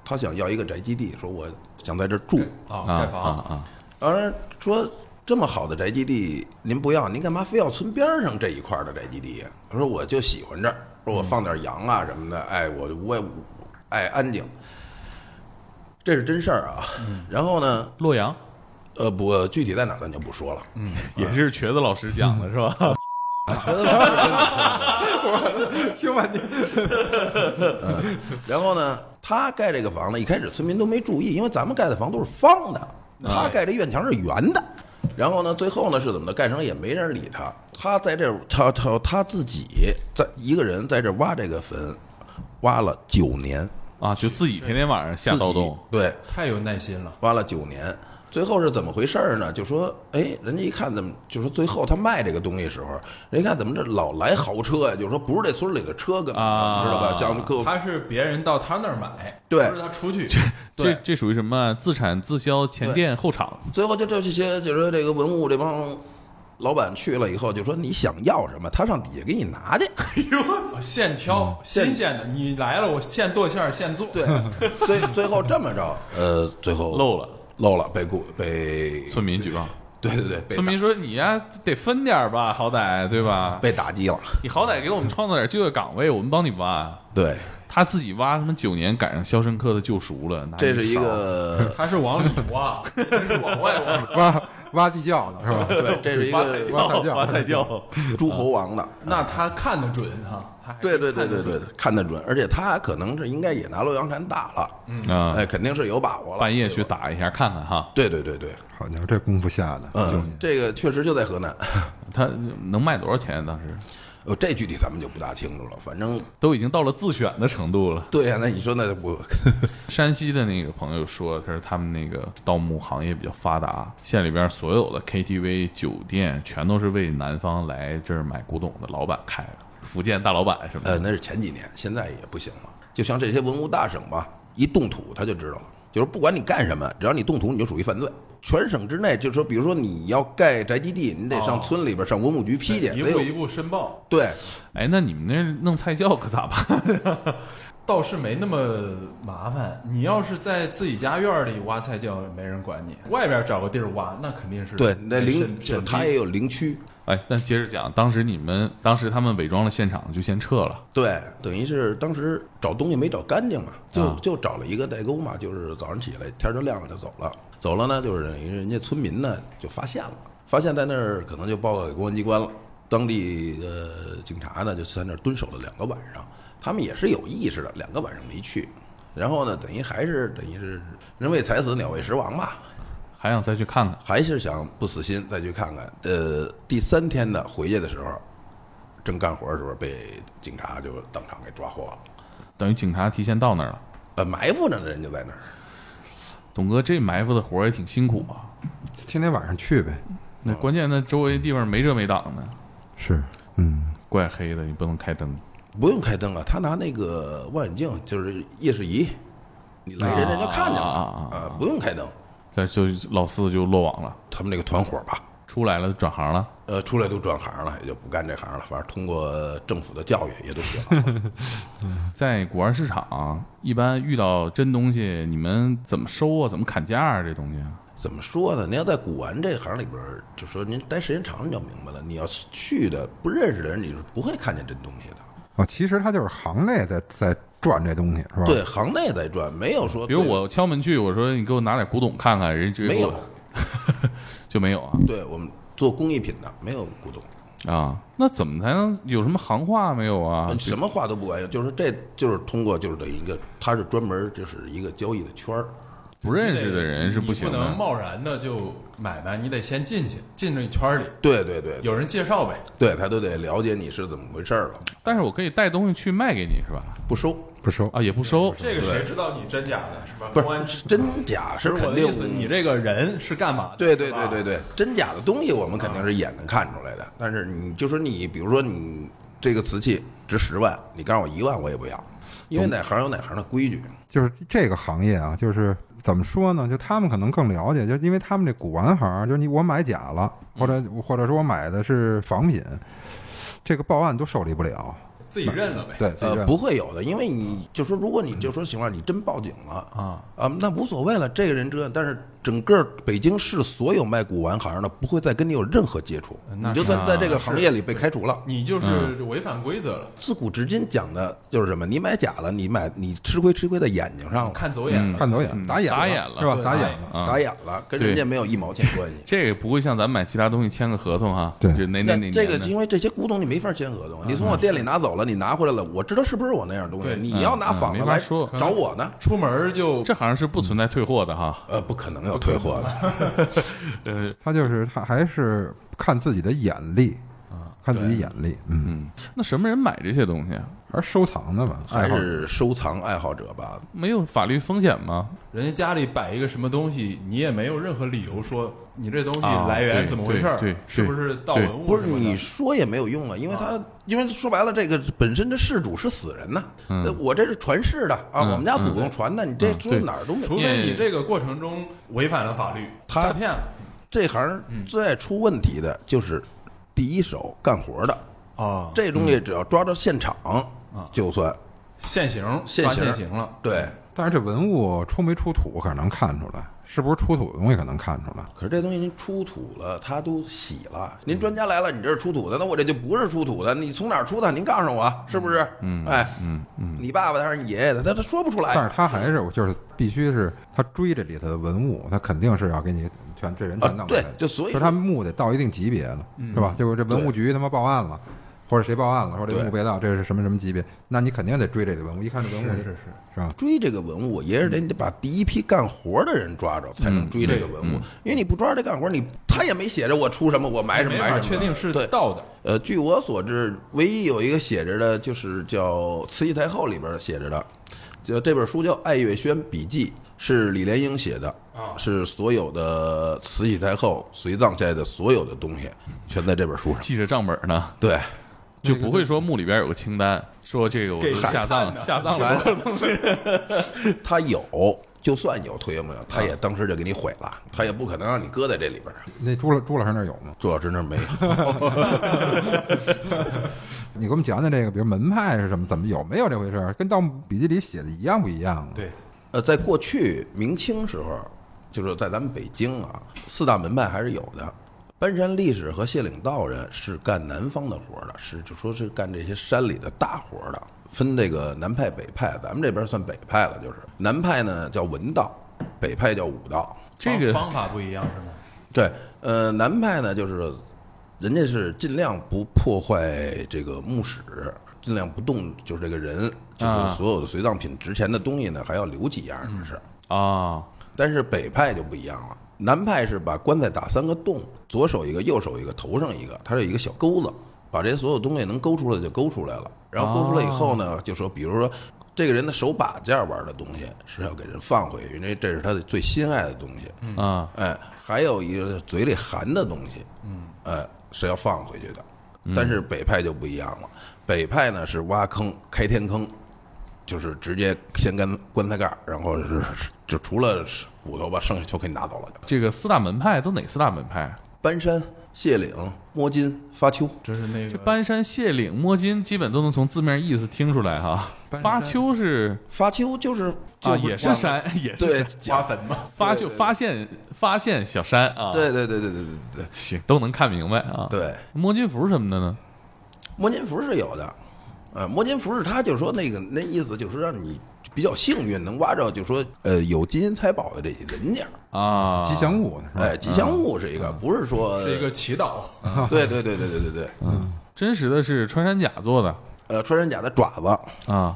他想要一个宅基地，说我想在这儿住。啊，啊盖房啊啊！当然说这么好的宅基地，您不要，您干嘛非要村边儿上这一块儿的宅基地呀、他说我就喜欢这儿，说我放点羊啊什么的，哎，我就我爱安静。这是真事儿啊。然后呢，洛阳呃，不，具体在哪儿咱就不说了。也是瘸子老师讲的是吧？啊 听半天，嗯然后呢，他盖这个房呢，一开始村民都没注意，因为咱们盖的房都是方的，哎他盖这院墙是圆的。然后呢，最后呢是怎么的？盖成也没人理他，他在这儿他他他自己在一个人在这儿挖这个坟，挖了九年， 啊，就自己天天晚上下自盗己洞，对，太有耐心了。挖了九年。最后是怎么回事儿呢？就说，哎，人家一看怎么，就说最后他卖这个东西时候，人家一看怎么这老来豪车呀、就说不是这村里的车，根本啊知道吧？像各他是别人到他那儿买，对不是他出去。这对这属于什么啊？自产自销，前店后厂最后就这些，就说这个文物这帮老板去了以后，就说你想要什么，他上底下给你拿 去。哎呦，我现挑嗯现新鲜的，你来了我现剁馅儿现做。对，最最后这么着，呃，最后漏了，漏了，被雇被村民举报。对对对，被村民说：“你呀、得分点儿吧，好歹对吧打？被打击了，你好歹给我们创造点就业岗位，我们帮你挖。对，”他自己挖，他妈九年赶上《肖申克的救赎》了，拿这是一勺个他是往里挖， 不是往外挖。挖挖地窖的是哎吧？对，这 是一挖菜个挖菜窖窖，挖菜窖。诸侯王的。那他看得准哈，他还是嗯对对对看得对准对，对看得准，而且他可能是应该也拿洛阳铲打了，啊，哎，肯定是有把握了。半夜去打一下看看哈，对吧，对对对对，好家伙，这功夫下的，九嗯年，这个确实就在河南，他能卖多少钱？当时呃，这具体咱们就不大清楚了，反正都已经到了自选的程度了。对呀、那你说那我山西的那个朋友说，他说他们那个盗墓行业比较发达，县里边所有的 KTV、酒店全都是为南方来这儿买古董的老板开的，福建大老板什么呃，的。那是前几年，现在也不行了。就像这些文物大省吧，一动土他就知道了，就是不管你干什么，只要你动土，你就属于犯罪。全省之内，就是说，比如说你要盖宅基地，你得上哦村里边上文物局批去，一得步一有步申报，对，哎，那你们那弄菜窖可咋办？ 倒是没那么麻烦。你要是在自己家院儿里挖菜窖，没人管你；外边找个地儿挖，那肯定是对，那审陵就是审批它也有陵区，哎，那接着讲，当时你们当时他们伪装了现场，就先撤了。对，等于是当时找东西没找干净嘛，就啊就找了一个代沟嘛，就是早上起来天儿就亮了就走了，走了呢，就是等于人家村民呢就发现了，发现在那儿可能就报告给公安机关了，当地的警察呢就在那儿蹲守了两个晚上，他们也是有意识的，两个晚上没去，然后呢，等于还是等于是人为财死，鸟为食亡吧，还想再去看看，还是想不死心再去看看。呃，第三天呢，回去的时候，正干活的时候被警察就当场给抓获了。等于警察提前到那儿了。呃，埋伏着呢，人就在那儿。董哥这埋伏的活儿也挺辛苦啊。天天晚上去呗。那啊关键那周围地方没遮没挡的，是，嗯，怪黑的，你不能开灯。不用开灯啊，他拿那个望远镜，就是夜视仪，你来人人家看见了啊啊啊啊不用开灯。但就老四就落网了，他们这个团伙吧，出来了转行了。呃，出来都转行了，也就不干这行了。反正通过政府的教育，也都学好了。在古玩市场，一般遇到真东西，你们怎么收啊？怎么砍价啊？这东西啊 怎么说呢？您要在古玩这行里边儿，就说您待时间长，你就明白了。你要是去的不认识的人，你是不会看见真东西的。哦，其实他就是行内在在转这东西，是吧？对，，行内在转，没有说比如哦对我敲门去，我说你给我拿点古董看看，人直接没给我有，就没有啊对我们做工艺品的没有古董，啊？那怎么才能有什么行话没有啊？什么话都不管用，就是说这就是通过就是等于一个，它是专门就是一个交易的圈儿。不认识的人是不行不能的。贸然的就买卖，你得先进去，进这圈儿里，对对对，有人介绍呗。对他都得了解你是怎么回事儿了，但是我可以带东西去卖给你是吧？不收，不收。啊，也不收。这个谁知道你真假的，是吧？不公安是真假是不是我肯的定意思，你这个人是干嘛的？对对对是吧对，对，真假的东西我们肯定是眼能看出来的。但是你就说你，比如说你这个瓷器值十万，你告诉我一万，我也不要，因为哪行有哪行的规矩。就是这个行业啊，就是怎么说呢？就他们可能更了解，就因为他们这古玩行，就是你我买假了，或者或者说我买的是仿品，这个报案都受理不了。自己认了呗。对，自己呃，认不会有的，因为你就说，如果你就说情况，你真报警了啊啊，那无所谓了，这个人这样。但是整个北京市所有卖古玩行的，不会再跟你有任何接触，那你就算在这个行业里被开除了。你就是嗯违反规则了，自古至今讲的就是什么？你买假了，你买你吃亏吃亏在眼睛上了，看走眼了。看走眼，嗯打眼打了眼了是吧？对打眼打了。啊打眼了，跟人家没有一毛钱关系。这个不会像咱们买其他东西签个合同哈，对就哪哪那哪这年个的因为这些古董你没法签合同，你从我店里拿走了，你拿回来了，我知道是不是我那样东西。对你要拿仿的嗯没法来说找我呢，出门儿就这好像是不存在退货的哈。呃，不可能有退货的。呃，他就是他还是看自己的眼力啊，看自己眼力，嗯，嗯，那什么人买这些东西啊？还是收藏的吧，还爱好是收藏爱好者吧，没有法律风险吗？人家家里摆一个什么东西，你也没有任何理由说你这东西啊来源对怎么回事儿，对对是不是盗文物？不是你，说也没有用啊，因为他因为说白了，这个本身这事主是死人呐，呃我这是传世的啊，嗯我们家祖宗传的，你这嗯说对哪儿都没有。除非你这个过程中违反了法律，他诈骗了这行最爱出问题的就是第一手干活的，啊，这东西只要抓到现场，就算现行现抓行现行了，对。但是这文物出没出土可能看出来，是不是出土的东西可能看出来。可是这东西您出土了，它都洗了。您专家来了，你这是出土的，那我这就不是出土的。你从哪儿出的？您告诉我，是不是？嗯，哎，嗯嗯，你爸爸他是你爷爷的，他他说不出来但。是他还是就是必须是他追这里头的文物，他肯定是要给你全这人全啊弄出来、对就所以嗯就是他目得到一定级别了，是吧？就是这文物局他妈报案了，或者谁报案了，说这文物被盗，这是什么什么级别，那你肯定得追这类文物。一看这文物是是是，嗯是吧？追这个文物，也是得你得把第一批干活的人抓着，才能追这个文物。因为你不抓这干活，你他也没写着我出什么，我埋什么哎没埋什法么。确定是对。盗的，呃，据我所知，唯一有一个写着的，就是叫《慈禧太后》里边写着的，就这本书叫《爱月轩笔记》，是李莲英写的，啊是所有的慈禧太后随葬下来的所有的东西，全在这本书上。记着账本呢，对，就不会说墓里边有个清单，说这个我给都下葬看的下葬了。咱 他有，就算有推没有，他也当时就给你毁了，他也不可能让你搁在这里边儿。啊那朱老朱老师那儿有吗？朱老师那儿没有，你给我们讲讲这个，比如门派是什么，怎么有没有这回事儿？跟《盗墓笔记》里写的一样不一样？，啊对， 呃，在过去明清时候，就是在咱们北京啊，四大门派还是有的。搬山历史和谢岭道人是干南方的活儿的，是就说是干这些山里的大活儿的，分这个南派北派，咱们这边算北派了，就是南派呢叫文道，北派叫武道。这方个方法不一样是吗？对，呃，南派呢就是人家是尽量不破坏这个墓室，尽量不动就是这个人，就是所有的随葬品值钱的东西呢还要留几样儿，这是。啊，但是北派就不一样了，南派是把棺材打三个洞，左手一个，右手一个，头上一个，它是一个小钩子，把这些所有东西能勾出来就勾出来了。然后勾出来以后呢，就说，比如说这个人的手把件玩的东西是要给人放回去，因为这是他的最心爱的东西。啊，哎，还有一个是嘴里含的东西，嗯，哎，是要放回去的。但是北派就不一样了，北派呢是挖坑开天坑，就是直接先干棺材盖儿，然后是就除了骨头吧，剩下就可以拿走了。这个四大门派都哪四大门派？搬山、卸岭、摸金、发丘，就是那这个搬山卸岭、摸金，基本都能从字面意思听出来哈。搬发山丘是发丘就是啊，就也是山，也是对山，花粉嘛，发对就对发现发现小山啊，对对对对对对行，都能看明白啊。对对。摸金符什么的呢？摸金符是有的，呃，摸金符是他就说那个那意思就是让你比较幸运能挖着，就说呃有金银财宝的这些人家，啊，吉祥物呢是吧？哎，吉祥物是一个，不是说是一个祈祷，对对对对对对对，真实的是穿山甲做的呃，穿山甲的爪子，啊，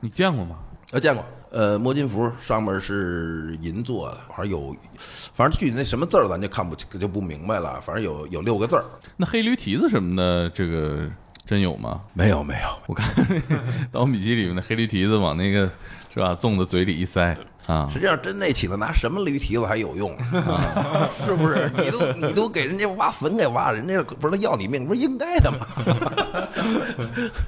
你见过吗？呃，见过。呃，摸金符上面是银做的，反正有，反正具体那什么字儿咱就看不就不明白了。反正有有六个字儿，那黑驴蹄子什么的，这个真有吗？没有没有，我看《盗墓笔记》里面的黑驴蹄子往那个是吧，粽子嘴里一塞啊实际上真那起子拿什么驴蹄子还有用，啊是不是？你都你都给人家挖坟给挖，人家不是要你命，不是应该的吗？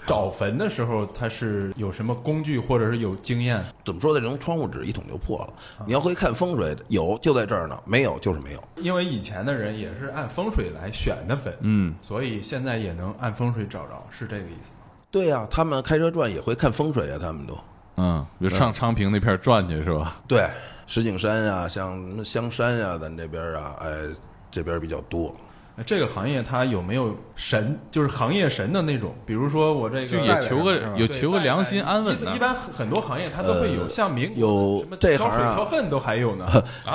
找坟的时候，他是有什么工具或者是有经验？怎么说呢？这种窗户纸一捅就破了。你要会看风水，有就在这儿呢，没有就是没有。因为以前的人也是按风水来选的坟，嗯，所以现在也能按风水找着，是这个意思吗。对呀、他们开车转也会看风水啊，他们都嗯，比如上昌平那片儿转去是吧？对石景山呀、像什么香山呀、咱这边啊，哎，这边比较多。那这个行业它有没有神，就是行业神的那种？比如说我这个就拜也拜求是个吧有啊对求个拜良拜心安稳呃的一般一。般很很多行业它都会有，像民国有什么这挑行水啊嗯挑粪都还有呢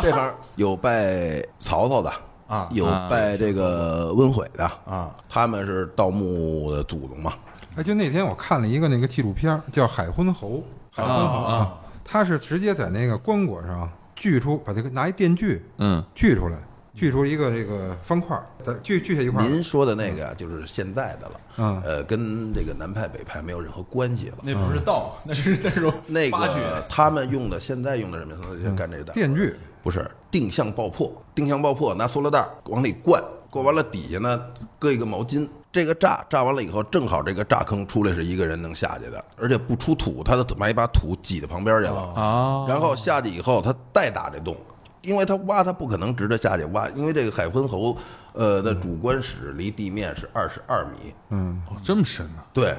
这行有拜曹操的，啊有啊拜这个温悔的，啊！他们是盗墓的祖宗嘛。哎，就那天我看了一个那个纪录片儿，叫《海昏侯》，海昏侯啊啊，他是直接在那个棺椁上锯出，把这个拿一电锯嗯，锯出来，锯出一个这个方块儿，再锯锯下一块儿，您说的那个啊就是现在的了，嗯呃，跟这个南派北派没有任何关系了。那不是道， 那是那种那个挖掘。他们用的现在用的什么？他就干这个的嗯电锯，不是定向爆破，定向爆破拿塑料袋儿往里灌，灌完了底下呢搁一个毛巾，这个炸炸完了以后，正好这个炸坑出来是一个人能下去的，而且不出土，他把一把土挤到旁边去了，啊，然后下去以后他再打这洞，因为他挖他不可能直着下去挖，因为这个海昏侯呃的主棺室离地面是二十二米，嗯，哦这么深呢？对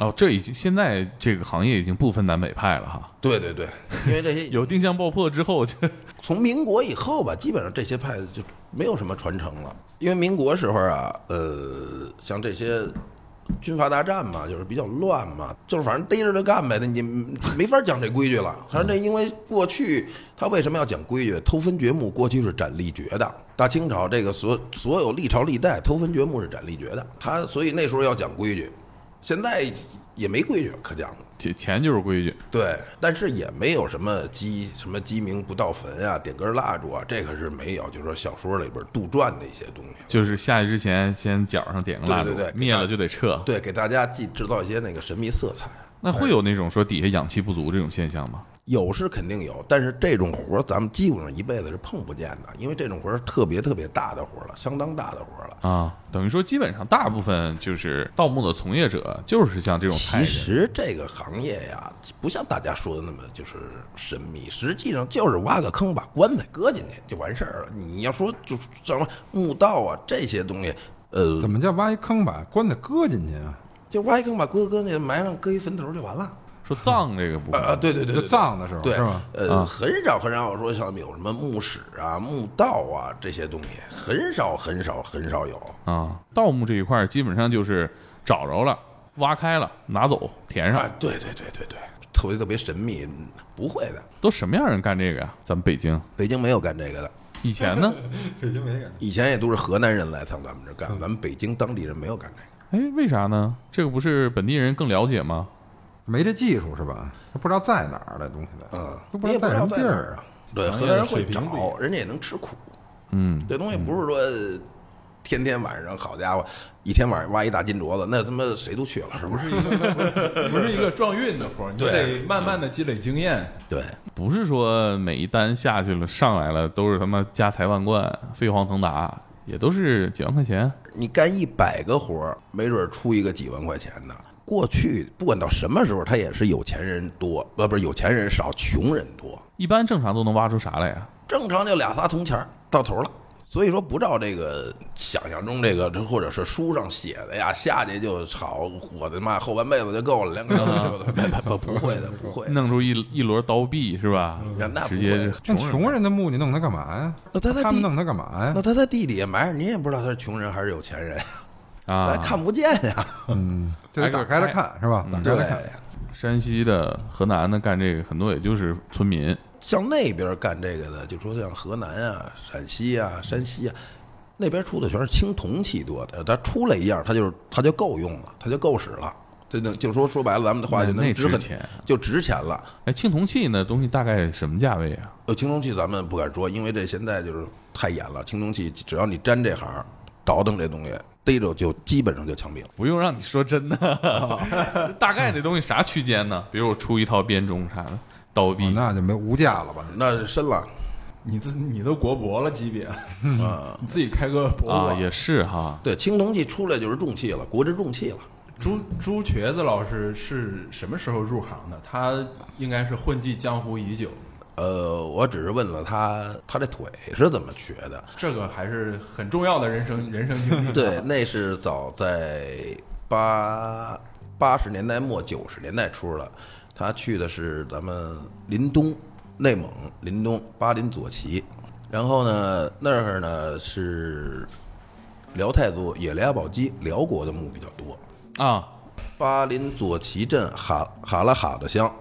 哦，这已经现在这个行业已经不分南北派了哈。对对对，因为这些有定向爆破之后，就从民国以后吧，基本上这些派就没有什么传承了。因为民国时候啊，呃，像这些军阀大战嘛，就是比较乱嘛，就是反正逮着就干呗，那你没法讲这规矩了。反正这因为过去他为什么要讲规矩？偷分掘墓过去是斩立决的，大清朝这个所所有历朝历代偷分掘墓是斩立决的，他所以那时候要讲规矩，现在也没规矩可讲了。钱钱就是规矩。对，但是也没有什么鸡什么鸡鸣不到坟啊，点根蜡烛啊，这个是没有。就是说小说里边杜撰的一些东西，就是下去之前，先脚上点个蜡烛对对对，给灭它了就得撤。对，给大家既制造一些那个神秘色彩。那会有那种说底下氧气不足这种现象吗？有是肯定有，但是这种活儿咱们基本上一辈子是碰不见的，因为这种活儿是特别特别大的活儿了，相当大的活儿了。啊，等于说基本上大部分就是盗墓的从业者，就是像这种其派人实这个行业呀，不像大家说的那么就是神秘，实际上就是挖个坑，把棺材搁进去就完事儿了。你要说就是什么墓道啊这些东西，呃，怎么叫挖一坑把棺材搁进去啊？就挖一坑把龟搁那埋上，搁一坟头就完了。说葬这个部 啊分啊，对对对就对，葬的时候对是吧？啊呃，很少很少说像有什么墓室啊、墓道啊这些东西，很少很少很少有。啊，盗墓这一块儿基本上就是找着了，挖开了，拿走，填上啊。，对对对对对，特别特别神秘，不会的。都什么样人干这个呀？咱们北京北京没有干这个的，以前 呢？北京没感觉，以前也都是河南人来上咱们这儿嗯干，咱们北京当地人没有干这个。哎，为啥呢？这个不是本地人更了解吗？没这技术是吧？他不知道在哪儿的东西在，嗯，都不你知也道不在知道在什么地哪儿儿啊。对，行河业南人的水会平不找，一样人家也能吃苦。嗯，这东西不是说天天晚上，好家伙，一天晚上挖一大金镯子，那他妈谁都去了，是 不是？不是一个撞运的活儿，你对得慢慢的积累经验。对，不是说每一单下去了上来了都是他妈家财万贯、飞黄腾达，也都是几万块钱。你干一百个活儿，没准儿出一个几万块钱的。过去不管到什么时候，他也是有钱人多，呃不不是有钱人少，穷人多。一般正常都能挖出啥来呀、正常就俩仨铜钱儿到头了。所以说，不照这个想象中这个，这或者是书上写的呀，下去就炒，我的妈，后半辈子就够了，两个人吃 不不不会的，不会的。弄出一一摞刀币是吧？哎嗯那不直会接那穷穷人的墓你弄他干嘛呀？那他在他们地，弄他干嘛呀那？他在地底下埋着，你也不知道他是穷人还是有钱人，啊还！看不见呀。嗯，就得打开了看是吧？嗯打开对了看，，山西的、河南的干这个，很多也就是村民，像那边干这个的，就说像河南啊、陕西啊、山西啊，那边出的全是青铜器多的，他出来一样，他就是他就够用了，他就够使了。就能就说说白了，咱们的话就那那能值值很钱。就值钱了。哎，青铜器那东西大概什么价位啊？ 呃，青铜器咱们不敢说，因为这现在就是太严了。青铜器只要你沾这行，倒腾这东西，逮着就基本上就枪毙了。不用让你说真的， 大概这东西啥区间呢？比如我出一套编钟啥的，刀哦币那就没无价了吧？那深了，你这你都国博了级别，啊， 你自己开个博物啊，馆。也是哈。对，青铜器出来就是重器了，国之重器了。朱朱瘸子老师是什么时候入行的？他应该是混迹江湖已久，呃，我只是问了他，他这腿是怎么瘸的？这个还是很重要的人生人生 经历。对，，那是早在八八十年代末九十年代初了。他去的是咱们林东，内蒙林东巴林左旗，然后呢那儿呢是辽太族也辽宝鸡辽国的墓比较多。啊，巴林左旗镇哈哈拉哈的乡，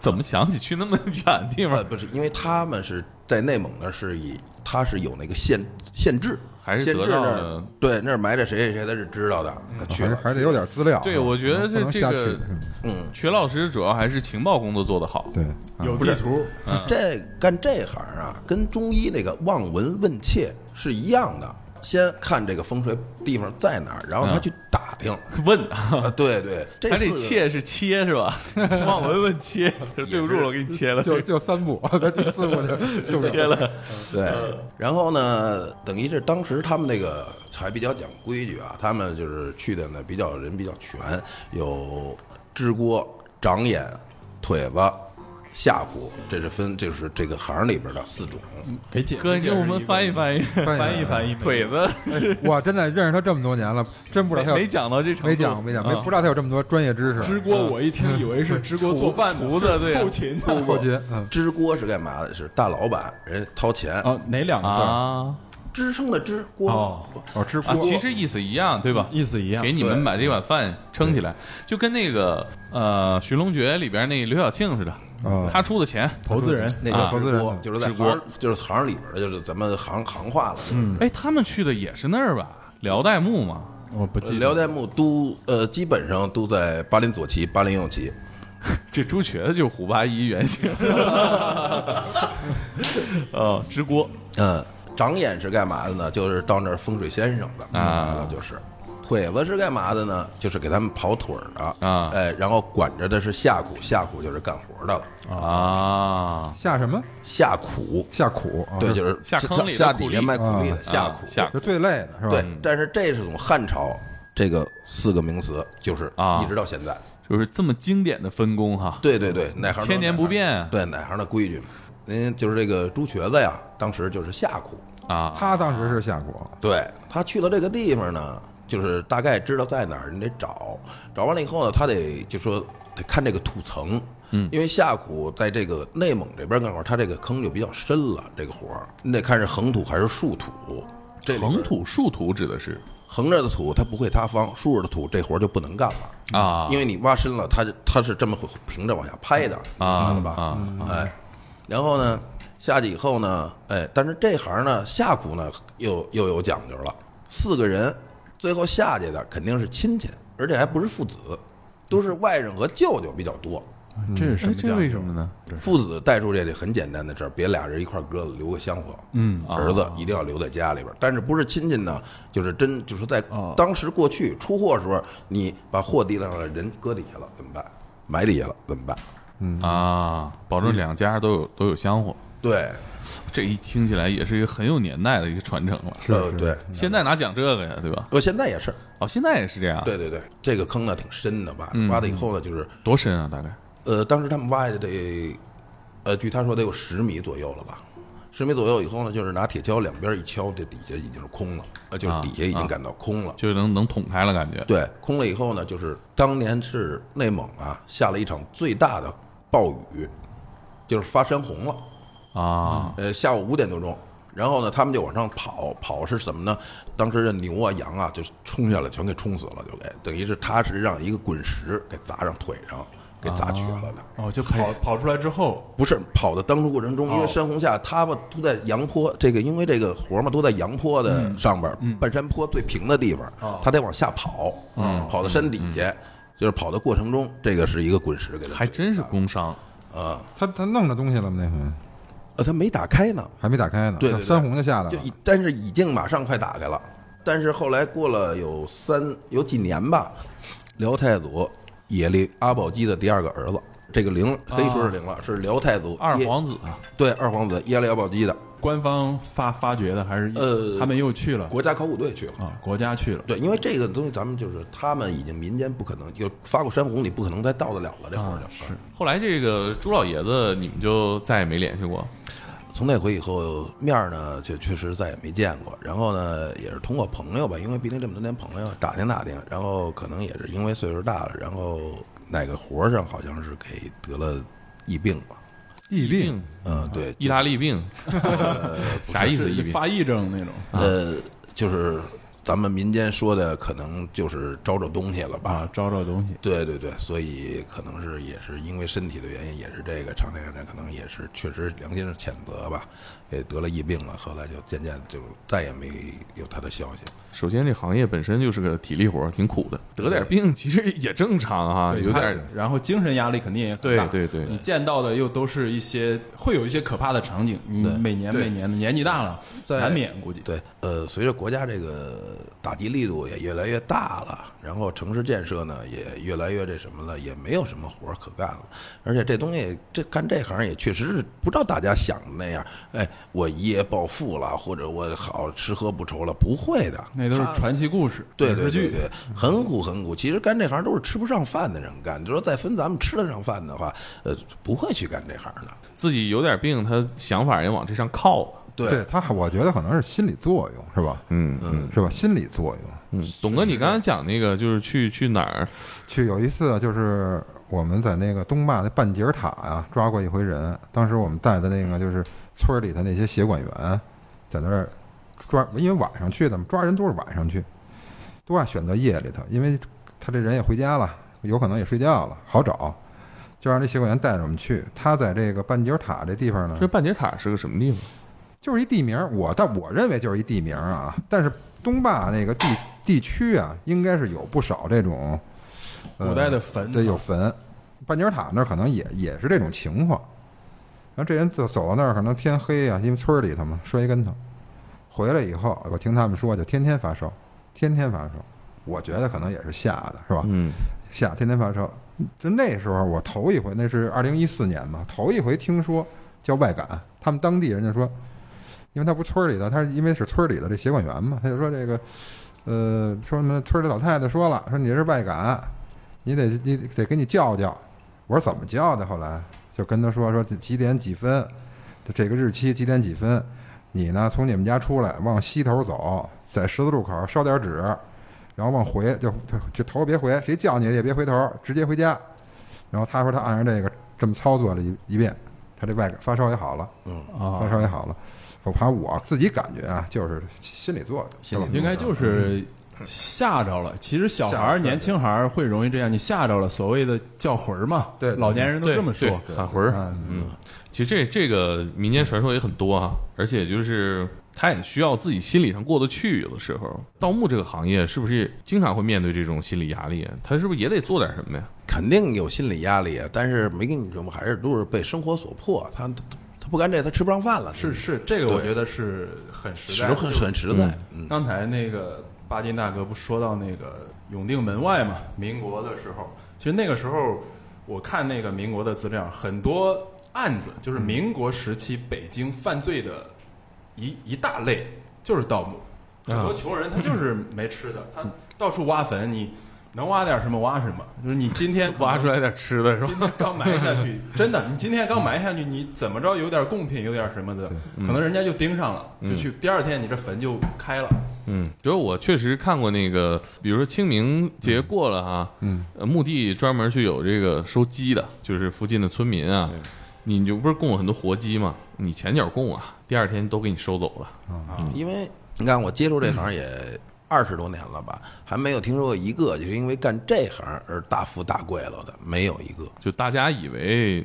怎么想起去那么远的地呃，方？不是，因为他们是在内蒙那儿是以他是有那个县县志，还是县得志到嗯那的儿对那儿埋着谁谁谁，他是知道的，他去还是了还得有点资料啊。对我觉得不能这瞎这个去嗯嗯，曲老师主要还是情报工作做得好，对，有地图，嗯这干这行啊，跟中医那个望闻问切是一样的。先看这个风水地方在哪儿，然后他嗯去打听。问啊，对对，这还四得个切是切是 吧？望闻问切，对不住了，我给你切了，就就三步，他第四步就就切了。对。嗯然后呢，等于是当时他们那个还比较讲规矩啊，他们就是去的呢比较人比较全，有支锅、长眼、腿子、下脯，这是分这是这个行里边的四种。给解 哥，你给我们翻译翻译，翻译翻译腿子是我真的认识他这么多年了，真不知没道他没有讲到这程度，没讲没讲没啊不知道他有这么多专业知支识。锅，我一听以为是支锅做 饭厨子对后勤的后勤，嗯，支锅是干嘛的？是大老板人掏钱，哦，哪两个字儿？啊支撑的支锅。哦哦，吃锅啊，其实意思一样，对吧？意思一样给。你们对把这碗饭撑起来，就跟那个呃《寻龙诀》里边那刘晓庆似的，哦他出的钱。投资人那啊叫投资直人播，嗯就是在直播行就是行里边儿的，就是咱们行行话了。哎，他们去的也是那儿吧？辽代墓嘛，我不记辽得。代墓都呃，基本上都在巴林左旗、巴林右旗。这朱瘸子就是胡八一原 型。呃，直锅嗯，长眼是干嘛的呢？就是到那儿风水先生的，说白啊了就是。腿子是干嘛的呢？就是给他们跑腿儿的啊哎，然后管着的是下苦，下苦就是干活的了，啊，下什么下苦，下苦啊？对，就是哦下坑里的下苦底力下卖苦力啊的下苦，下就最累的是吧？对。嗯但是这是从汉朝这个四个名词，就是啊一直到现在，就是这么经典的分工哈。对对对，哪行都嗯千年不变啊对哪行的规矩嘛。嗯，就是这个朱瘸子呀，当时就是下苦，啊，他当时是下苦，对他去了这个地方呢，就是大概知道在哪儿，你得找，找完了以后呢，他得就说得看这个土层，嗯，因为下苦在这个内蒙这边干活，他这个坑就比较深了，这个活儿你得看是横土还是竖土，这里边横土竖土指的是横着的土它不会塌方，竖着的土这活儿就不能干了。啊，因为你挖深了，它就它是这么平着往下拍的，啊明白了吧？啊哎，然后呢，下去以后呢，哎，但是这行呢，下苦呢又又有讲究了，四个人最后下去的肯定是亲戚，而且还不是父子，都是外甥和舅舅比较多。这是什么哎价值？这为什么呢？父子带出这里很简单的事儿，别俩人一块儿搁留个香火。嗯啊儿子一定要留在家里边儿，但是不是亲戚呢？就是真就是在哦当时过去出货的时候，你把货递上了，人搁底下了怎么办？埋底下了怎么办？啊，保证两家都有都有香火，对，这一听起来也是一个很有年代的一个传承了。是呃是对，现在哪讲这个呀，对吧？我现在也是，哦，现在也是这样，对对对，这个坑呢挺深的吧？挖了以后呢，就是多深啊，大概呃，当时他们挖的得，呃，据他说得有十米左右了吧，十米左右以后呢，就是拿铁锹两边一敲，这底下已经是空了，呃，就是啊底下已啊经感到空了。就能能捅开了，感觉。对，空了以后呢，就是当年是内蒙啊下了一场最大的暴雨，就是发山洪了。啊，呃，下午五点多钟，然后呢，他们就往上跑，跑是什么呢？当时这牛啊、羊啊，就是冲下来，全给冲死了，就给等于是他是让一个滚石给砸上腿上，给砸瘸了的。哦，就跑跑出来之后，不是跑的当初过程哦中，因为山洪下，他们都在阳坡，这个因为这个活儿嘛，都在阳坡的上边儿，嗯半山坡最平的地哦方，他得往下跑，嗯跑到山底下，就是跑的过程中，这个是一个滚石给他还真是工伤。啊，他他弄着东西了吗？那回呃，他没打开呢，还没打开呢，对对对三红就啊下来就了已但是已经马上快打开了，但是后来过了有三有几年吧，辽太祖耶律阿保机的第二个儿子，这个陵可以说是陵了，是辽太祖啊二耶皇子啊，对二皇子耶律阿保机的官方发发掘的还是呃他们又去了国家考古队去了。啊，国家去了，对，因为这个东西，咱们就是他们已经民间不可能，就发过山洪，你不可能再到得了了，这活儿就、嗯是。后来这个朱老爷子，你们就再也没联系过。从那回以后，面儿呢就确实再也没见过。然后呢，也是通过朋友吧，因为毕竟这么多年朋友，打听打听。然后可能也是因为岁数大了，然后哪个活儿上好像是给得了疫病吧。疫病，嗯，对，意大利病，啥意思？疫是病发癔症那种，呃，就是咱们民间说的，可能就是招着东西了吧。啊，招招东西，对对对，所以可能是也是因为身体的原因，也是这个常年人可能也是确实良心上谴责吧，也得了疫病了，后来就渐渐就再也没有他的消息。首先，这行业本身就是个体力活儿，挺苦的，得点病 其实也正常啊，对有他点然后精神压力肯定也很大。对对对你见到的又都是一些会有一些可怕的场景，你对每年对每年的年纪大了，在难免估计。对，呃，随着国家这个打击力度也越来越大了，然后城市建设呢也越来越这什么了，也没有什么活儿可干了。而且这东西，这干这行也确实是不照大家想的那样，哎，我一夜暴富了，或者我好吃喝不愁了，不会的，那都是传奇故事、对影视对对剧。嗯对，很苦很苦。其实干这行都是吃不上饭的人干，你说再分咱们吃得上饭的话，呃，不会去干这行的。自己有点病，他想法也往这上靠。对，他，我觉得可能是心理作用，是吧？嗯嗯，是吧？心理作用。嗯，董哥，你刚才讲那个就是去去哪儿？去有一次啊就是我们在那个东坝那半截儿塔啊抓过一回人，当时我们带的那个就是村儿里头那些协管员，在那儿抓，因为晚上去的嘛，抓人都是晚上去，都爱选择夜里头，因为他这人也回家了，有可能也睡觉了，好找，就让这协管员带着我们去。他在这个半截儿塔这地方呢这，半截塔是个什么地方？就是一地名儿，我但我认为就是一地名儿啊。但是东坝那个地地区啊，应该是有不少这种、呃、古代的坟对，啊有坟。半截塔那儿可能也也是这种情况。然后这人走走到那儿，可能天黑啊，因为村儿里头嘛，摔一跟头。回来以后，我听他们说，就天天发烧，天天发烧。我觉得可能也是吓的，是吧？嗯，夏天天发烧。就那时候我头一回，那是二零一四年嘛，头一回听说叫外感，他们当地人就说，因为他不是村里的，他是因为是村里的这协管员嘛，他就说这个，呃，说什么村里老太太说了，说你这是外感，你得你得给你叫叫。我说怎么叫的？后来就跟他说说几点几分，这个日期几点几分，你呢从你们家出来往西头走，在十字路口烧点纸，然后往回就就就头别回，谁叫你也别回头，直接回家。然后他说他按照这个这么操作了一一遍，他这外感发烧也好了，发啊，烧也好了。我反正我自己感觉啊，就是心理作用，心理是吧应该就是吓着了。其实小孩吓儿、着年轻孩儿会容易这样，你吓着了，所谓的叫魂儿嘛。对对老年人都对这么说，对喊魂儿啊嗯，其实这这个民间传说也很多啊，而且就是他也需要自己心理上过得去。有的时啊候，盗墓这个行业是不是也经常会面对这种心理压力？他是不是也得做点什么呀？肯定有心理压力，啊但是没跟你说嘛，还是都是被生活所迫，他他他不干这，他吃不上饭了，是是，这个我对觉得是很实实在的，很就很实在，嗯，刚才那个巴金大哥不说到那个永定门外嘛，民国的时候，其实那个时候我看那个民国的资料，很多案子嗯就是民国时期北京犯罪的一一大类就是盗墓，啊很多穷人他就是没吃的，嗯他到处挖坟，你能挖点什么挖什么，就是你今天挖出来点吃的是吧？今天刚埋下 去，真的，你今天刚埋下去，你怎么着有点贡品，有点什么的，嗯可能人家就盯上了，就去第二天你这坟就开了。嗯，比如我确实看过那个，比如说清明节过了哈，嗯，呃墓地专门去有这个收鸡的，就是附近的村民啊，你就不是供了很多活鸡吗？你前脚供啊，第二天都给你收走了。啊嗯因为你看我接触这行也二十多年了吧，还没有听说过一个就是因为干这行而大富大贵了的，没有一个。就大家以为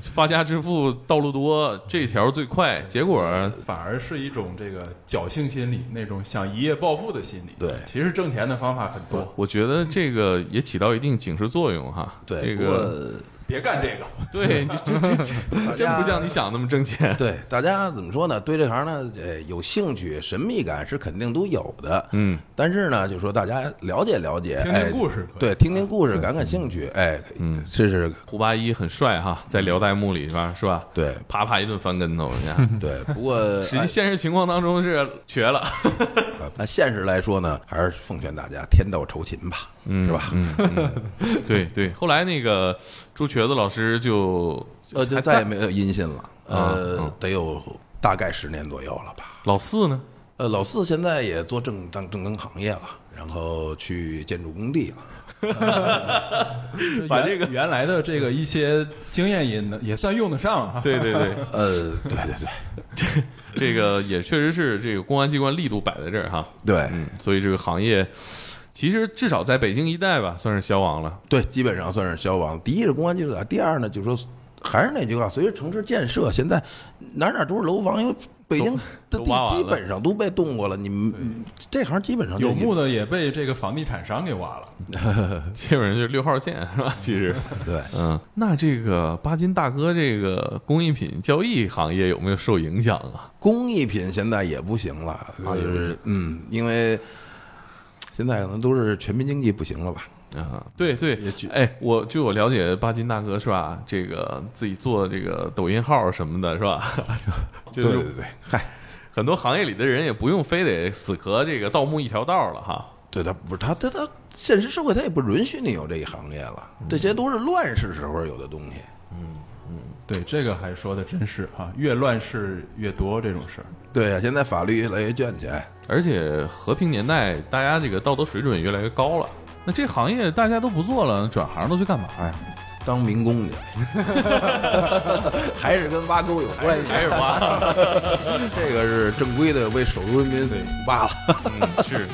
发家致富道路多，这条最快，结果 反而是一种这个侥幸心理，那种想一夜暴富的心理。对其实挣钱的方法很多，我觉得这个也起到一定警示作用哈。对，这不个过别干这个。对，你这这这真不像你想那么挣钱。 对大家怎么说呢？对这行呢，呃，有兴趣、神秘感是肯定都有的。嗯，但是呢，就说大家了解了解，听听哎，故事可以对，听听故事，感感兴趣，哎，这是嗯胡八一很帅哈，在辽代墓里边是吧？对啪啪一顿翻跟头，人 家对。不过实际现实情况当中是瘸了。呃按现实来说呢，还是奉劝大家天道酬勤吧，是吧？嗯对对，后来那个朱瘸子老师就呃，就还再也没有音信了，啊呃啊，得有大概十年左右了吧。老四呢？呃，老四现在也做正当正当行业了，然后去建筑工地了。把这个原原来的这个一些经验也能也算用得上啊。 对对对，呃，对对对这个也确实是这个公安机关力度摆在这儿哈。对嗯，所以这个行业其实至少在北京一带吧，算是消亡了。对，基本上算是消亡。第一是公安技术打，第二呢，就是说还是那句话，随着城市建设，现在哪哪都是楼房，因为北京的都挖地完了基本上都被动过了。你们这行基本上就有墓的也被这个房地产商给挖了，基本上就是六号线是吧？其实，对。嗯，那这个巴金大哥这个工艺品交易行业有没有受影响啊？工艺品现在也不行了，就是嗯，因为现在可能都是全民经济不行了吧？啊，对对，哎，我据我了解，巴金大哥是吧？这个自己做这个抖音号什么的，是吧？ 就对是对对，嗨，很多行业里的人也不用非得死磕这个盗墓一条道了哈。对他不是他他他，现实社会他也不允许你有这一行业了，嗯这些都是乱世时候有的东西。对这个还说的真是哈、越乱世越多这种事儿。对啊呀、现在法律越来越健全，而且和平年代，大家这个道德水准也越来越高了。那这行业大家都不做了，转行都去干嘛呀？当民工 去，还是跟挖沟有关系，还哎是挖，这个是正规的为首都人民挖了。是。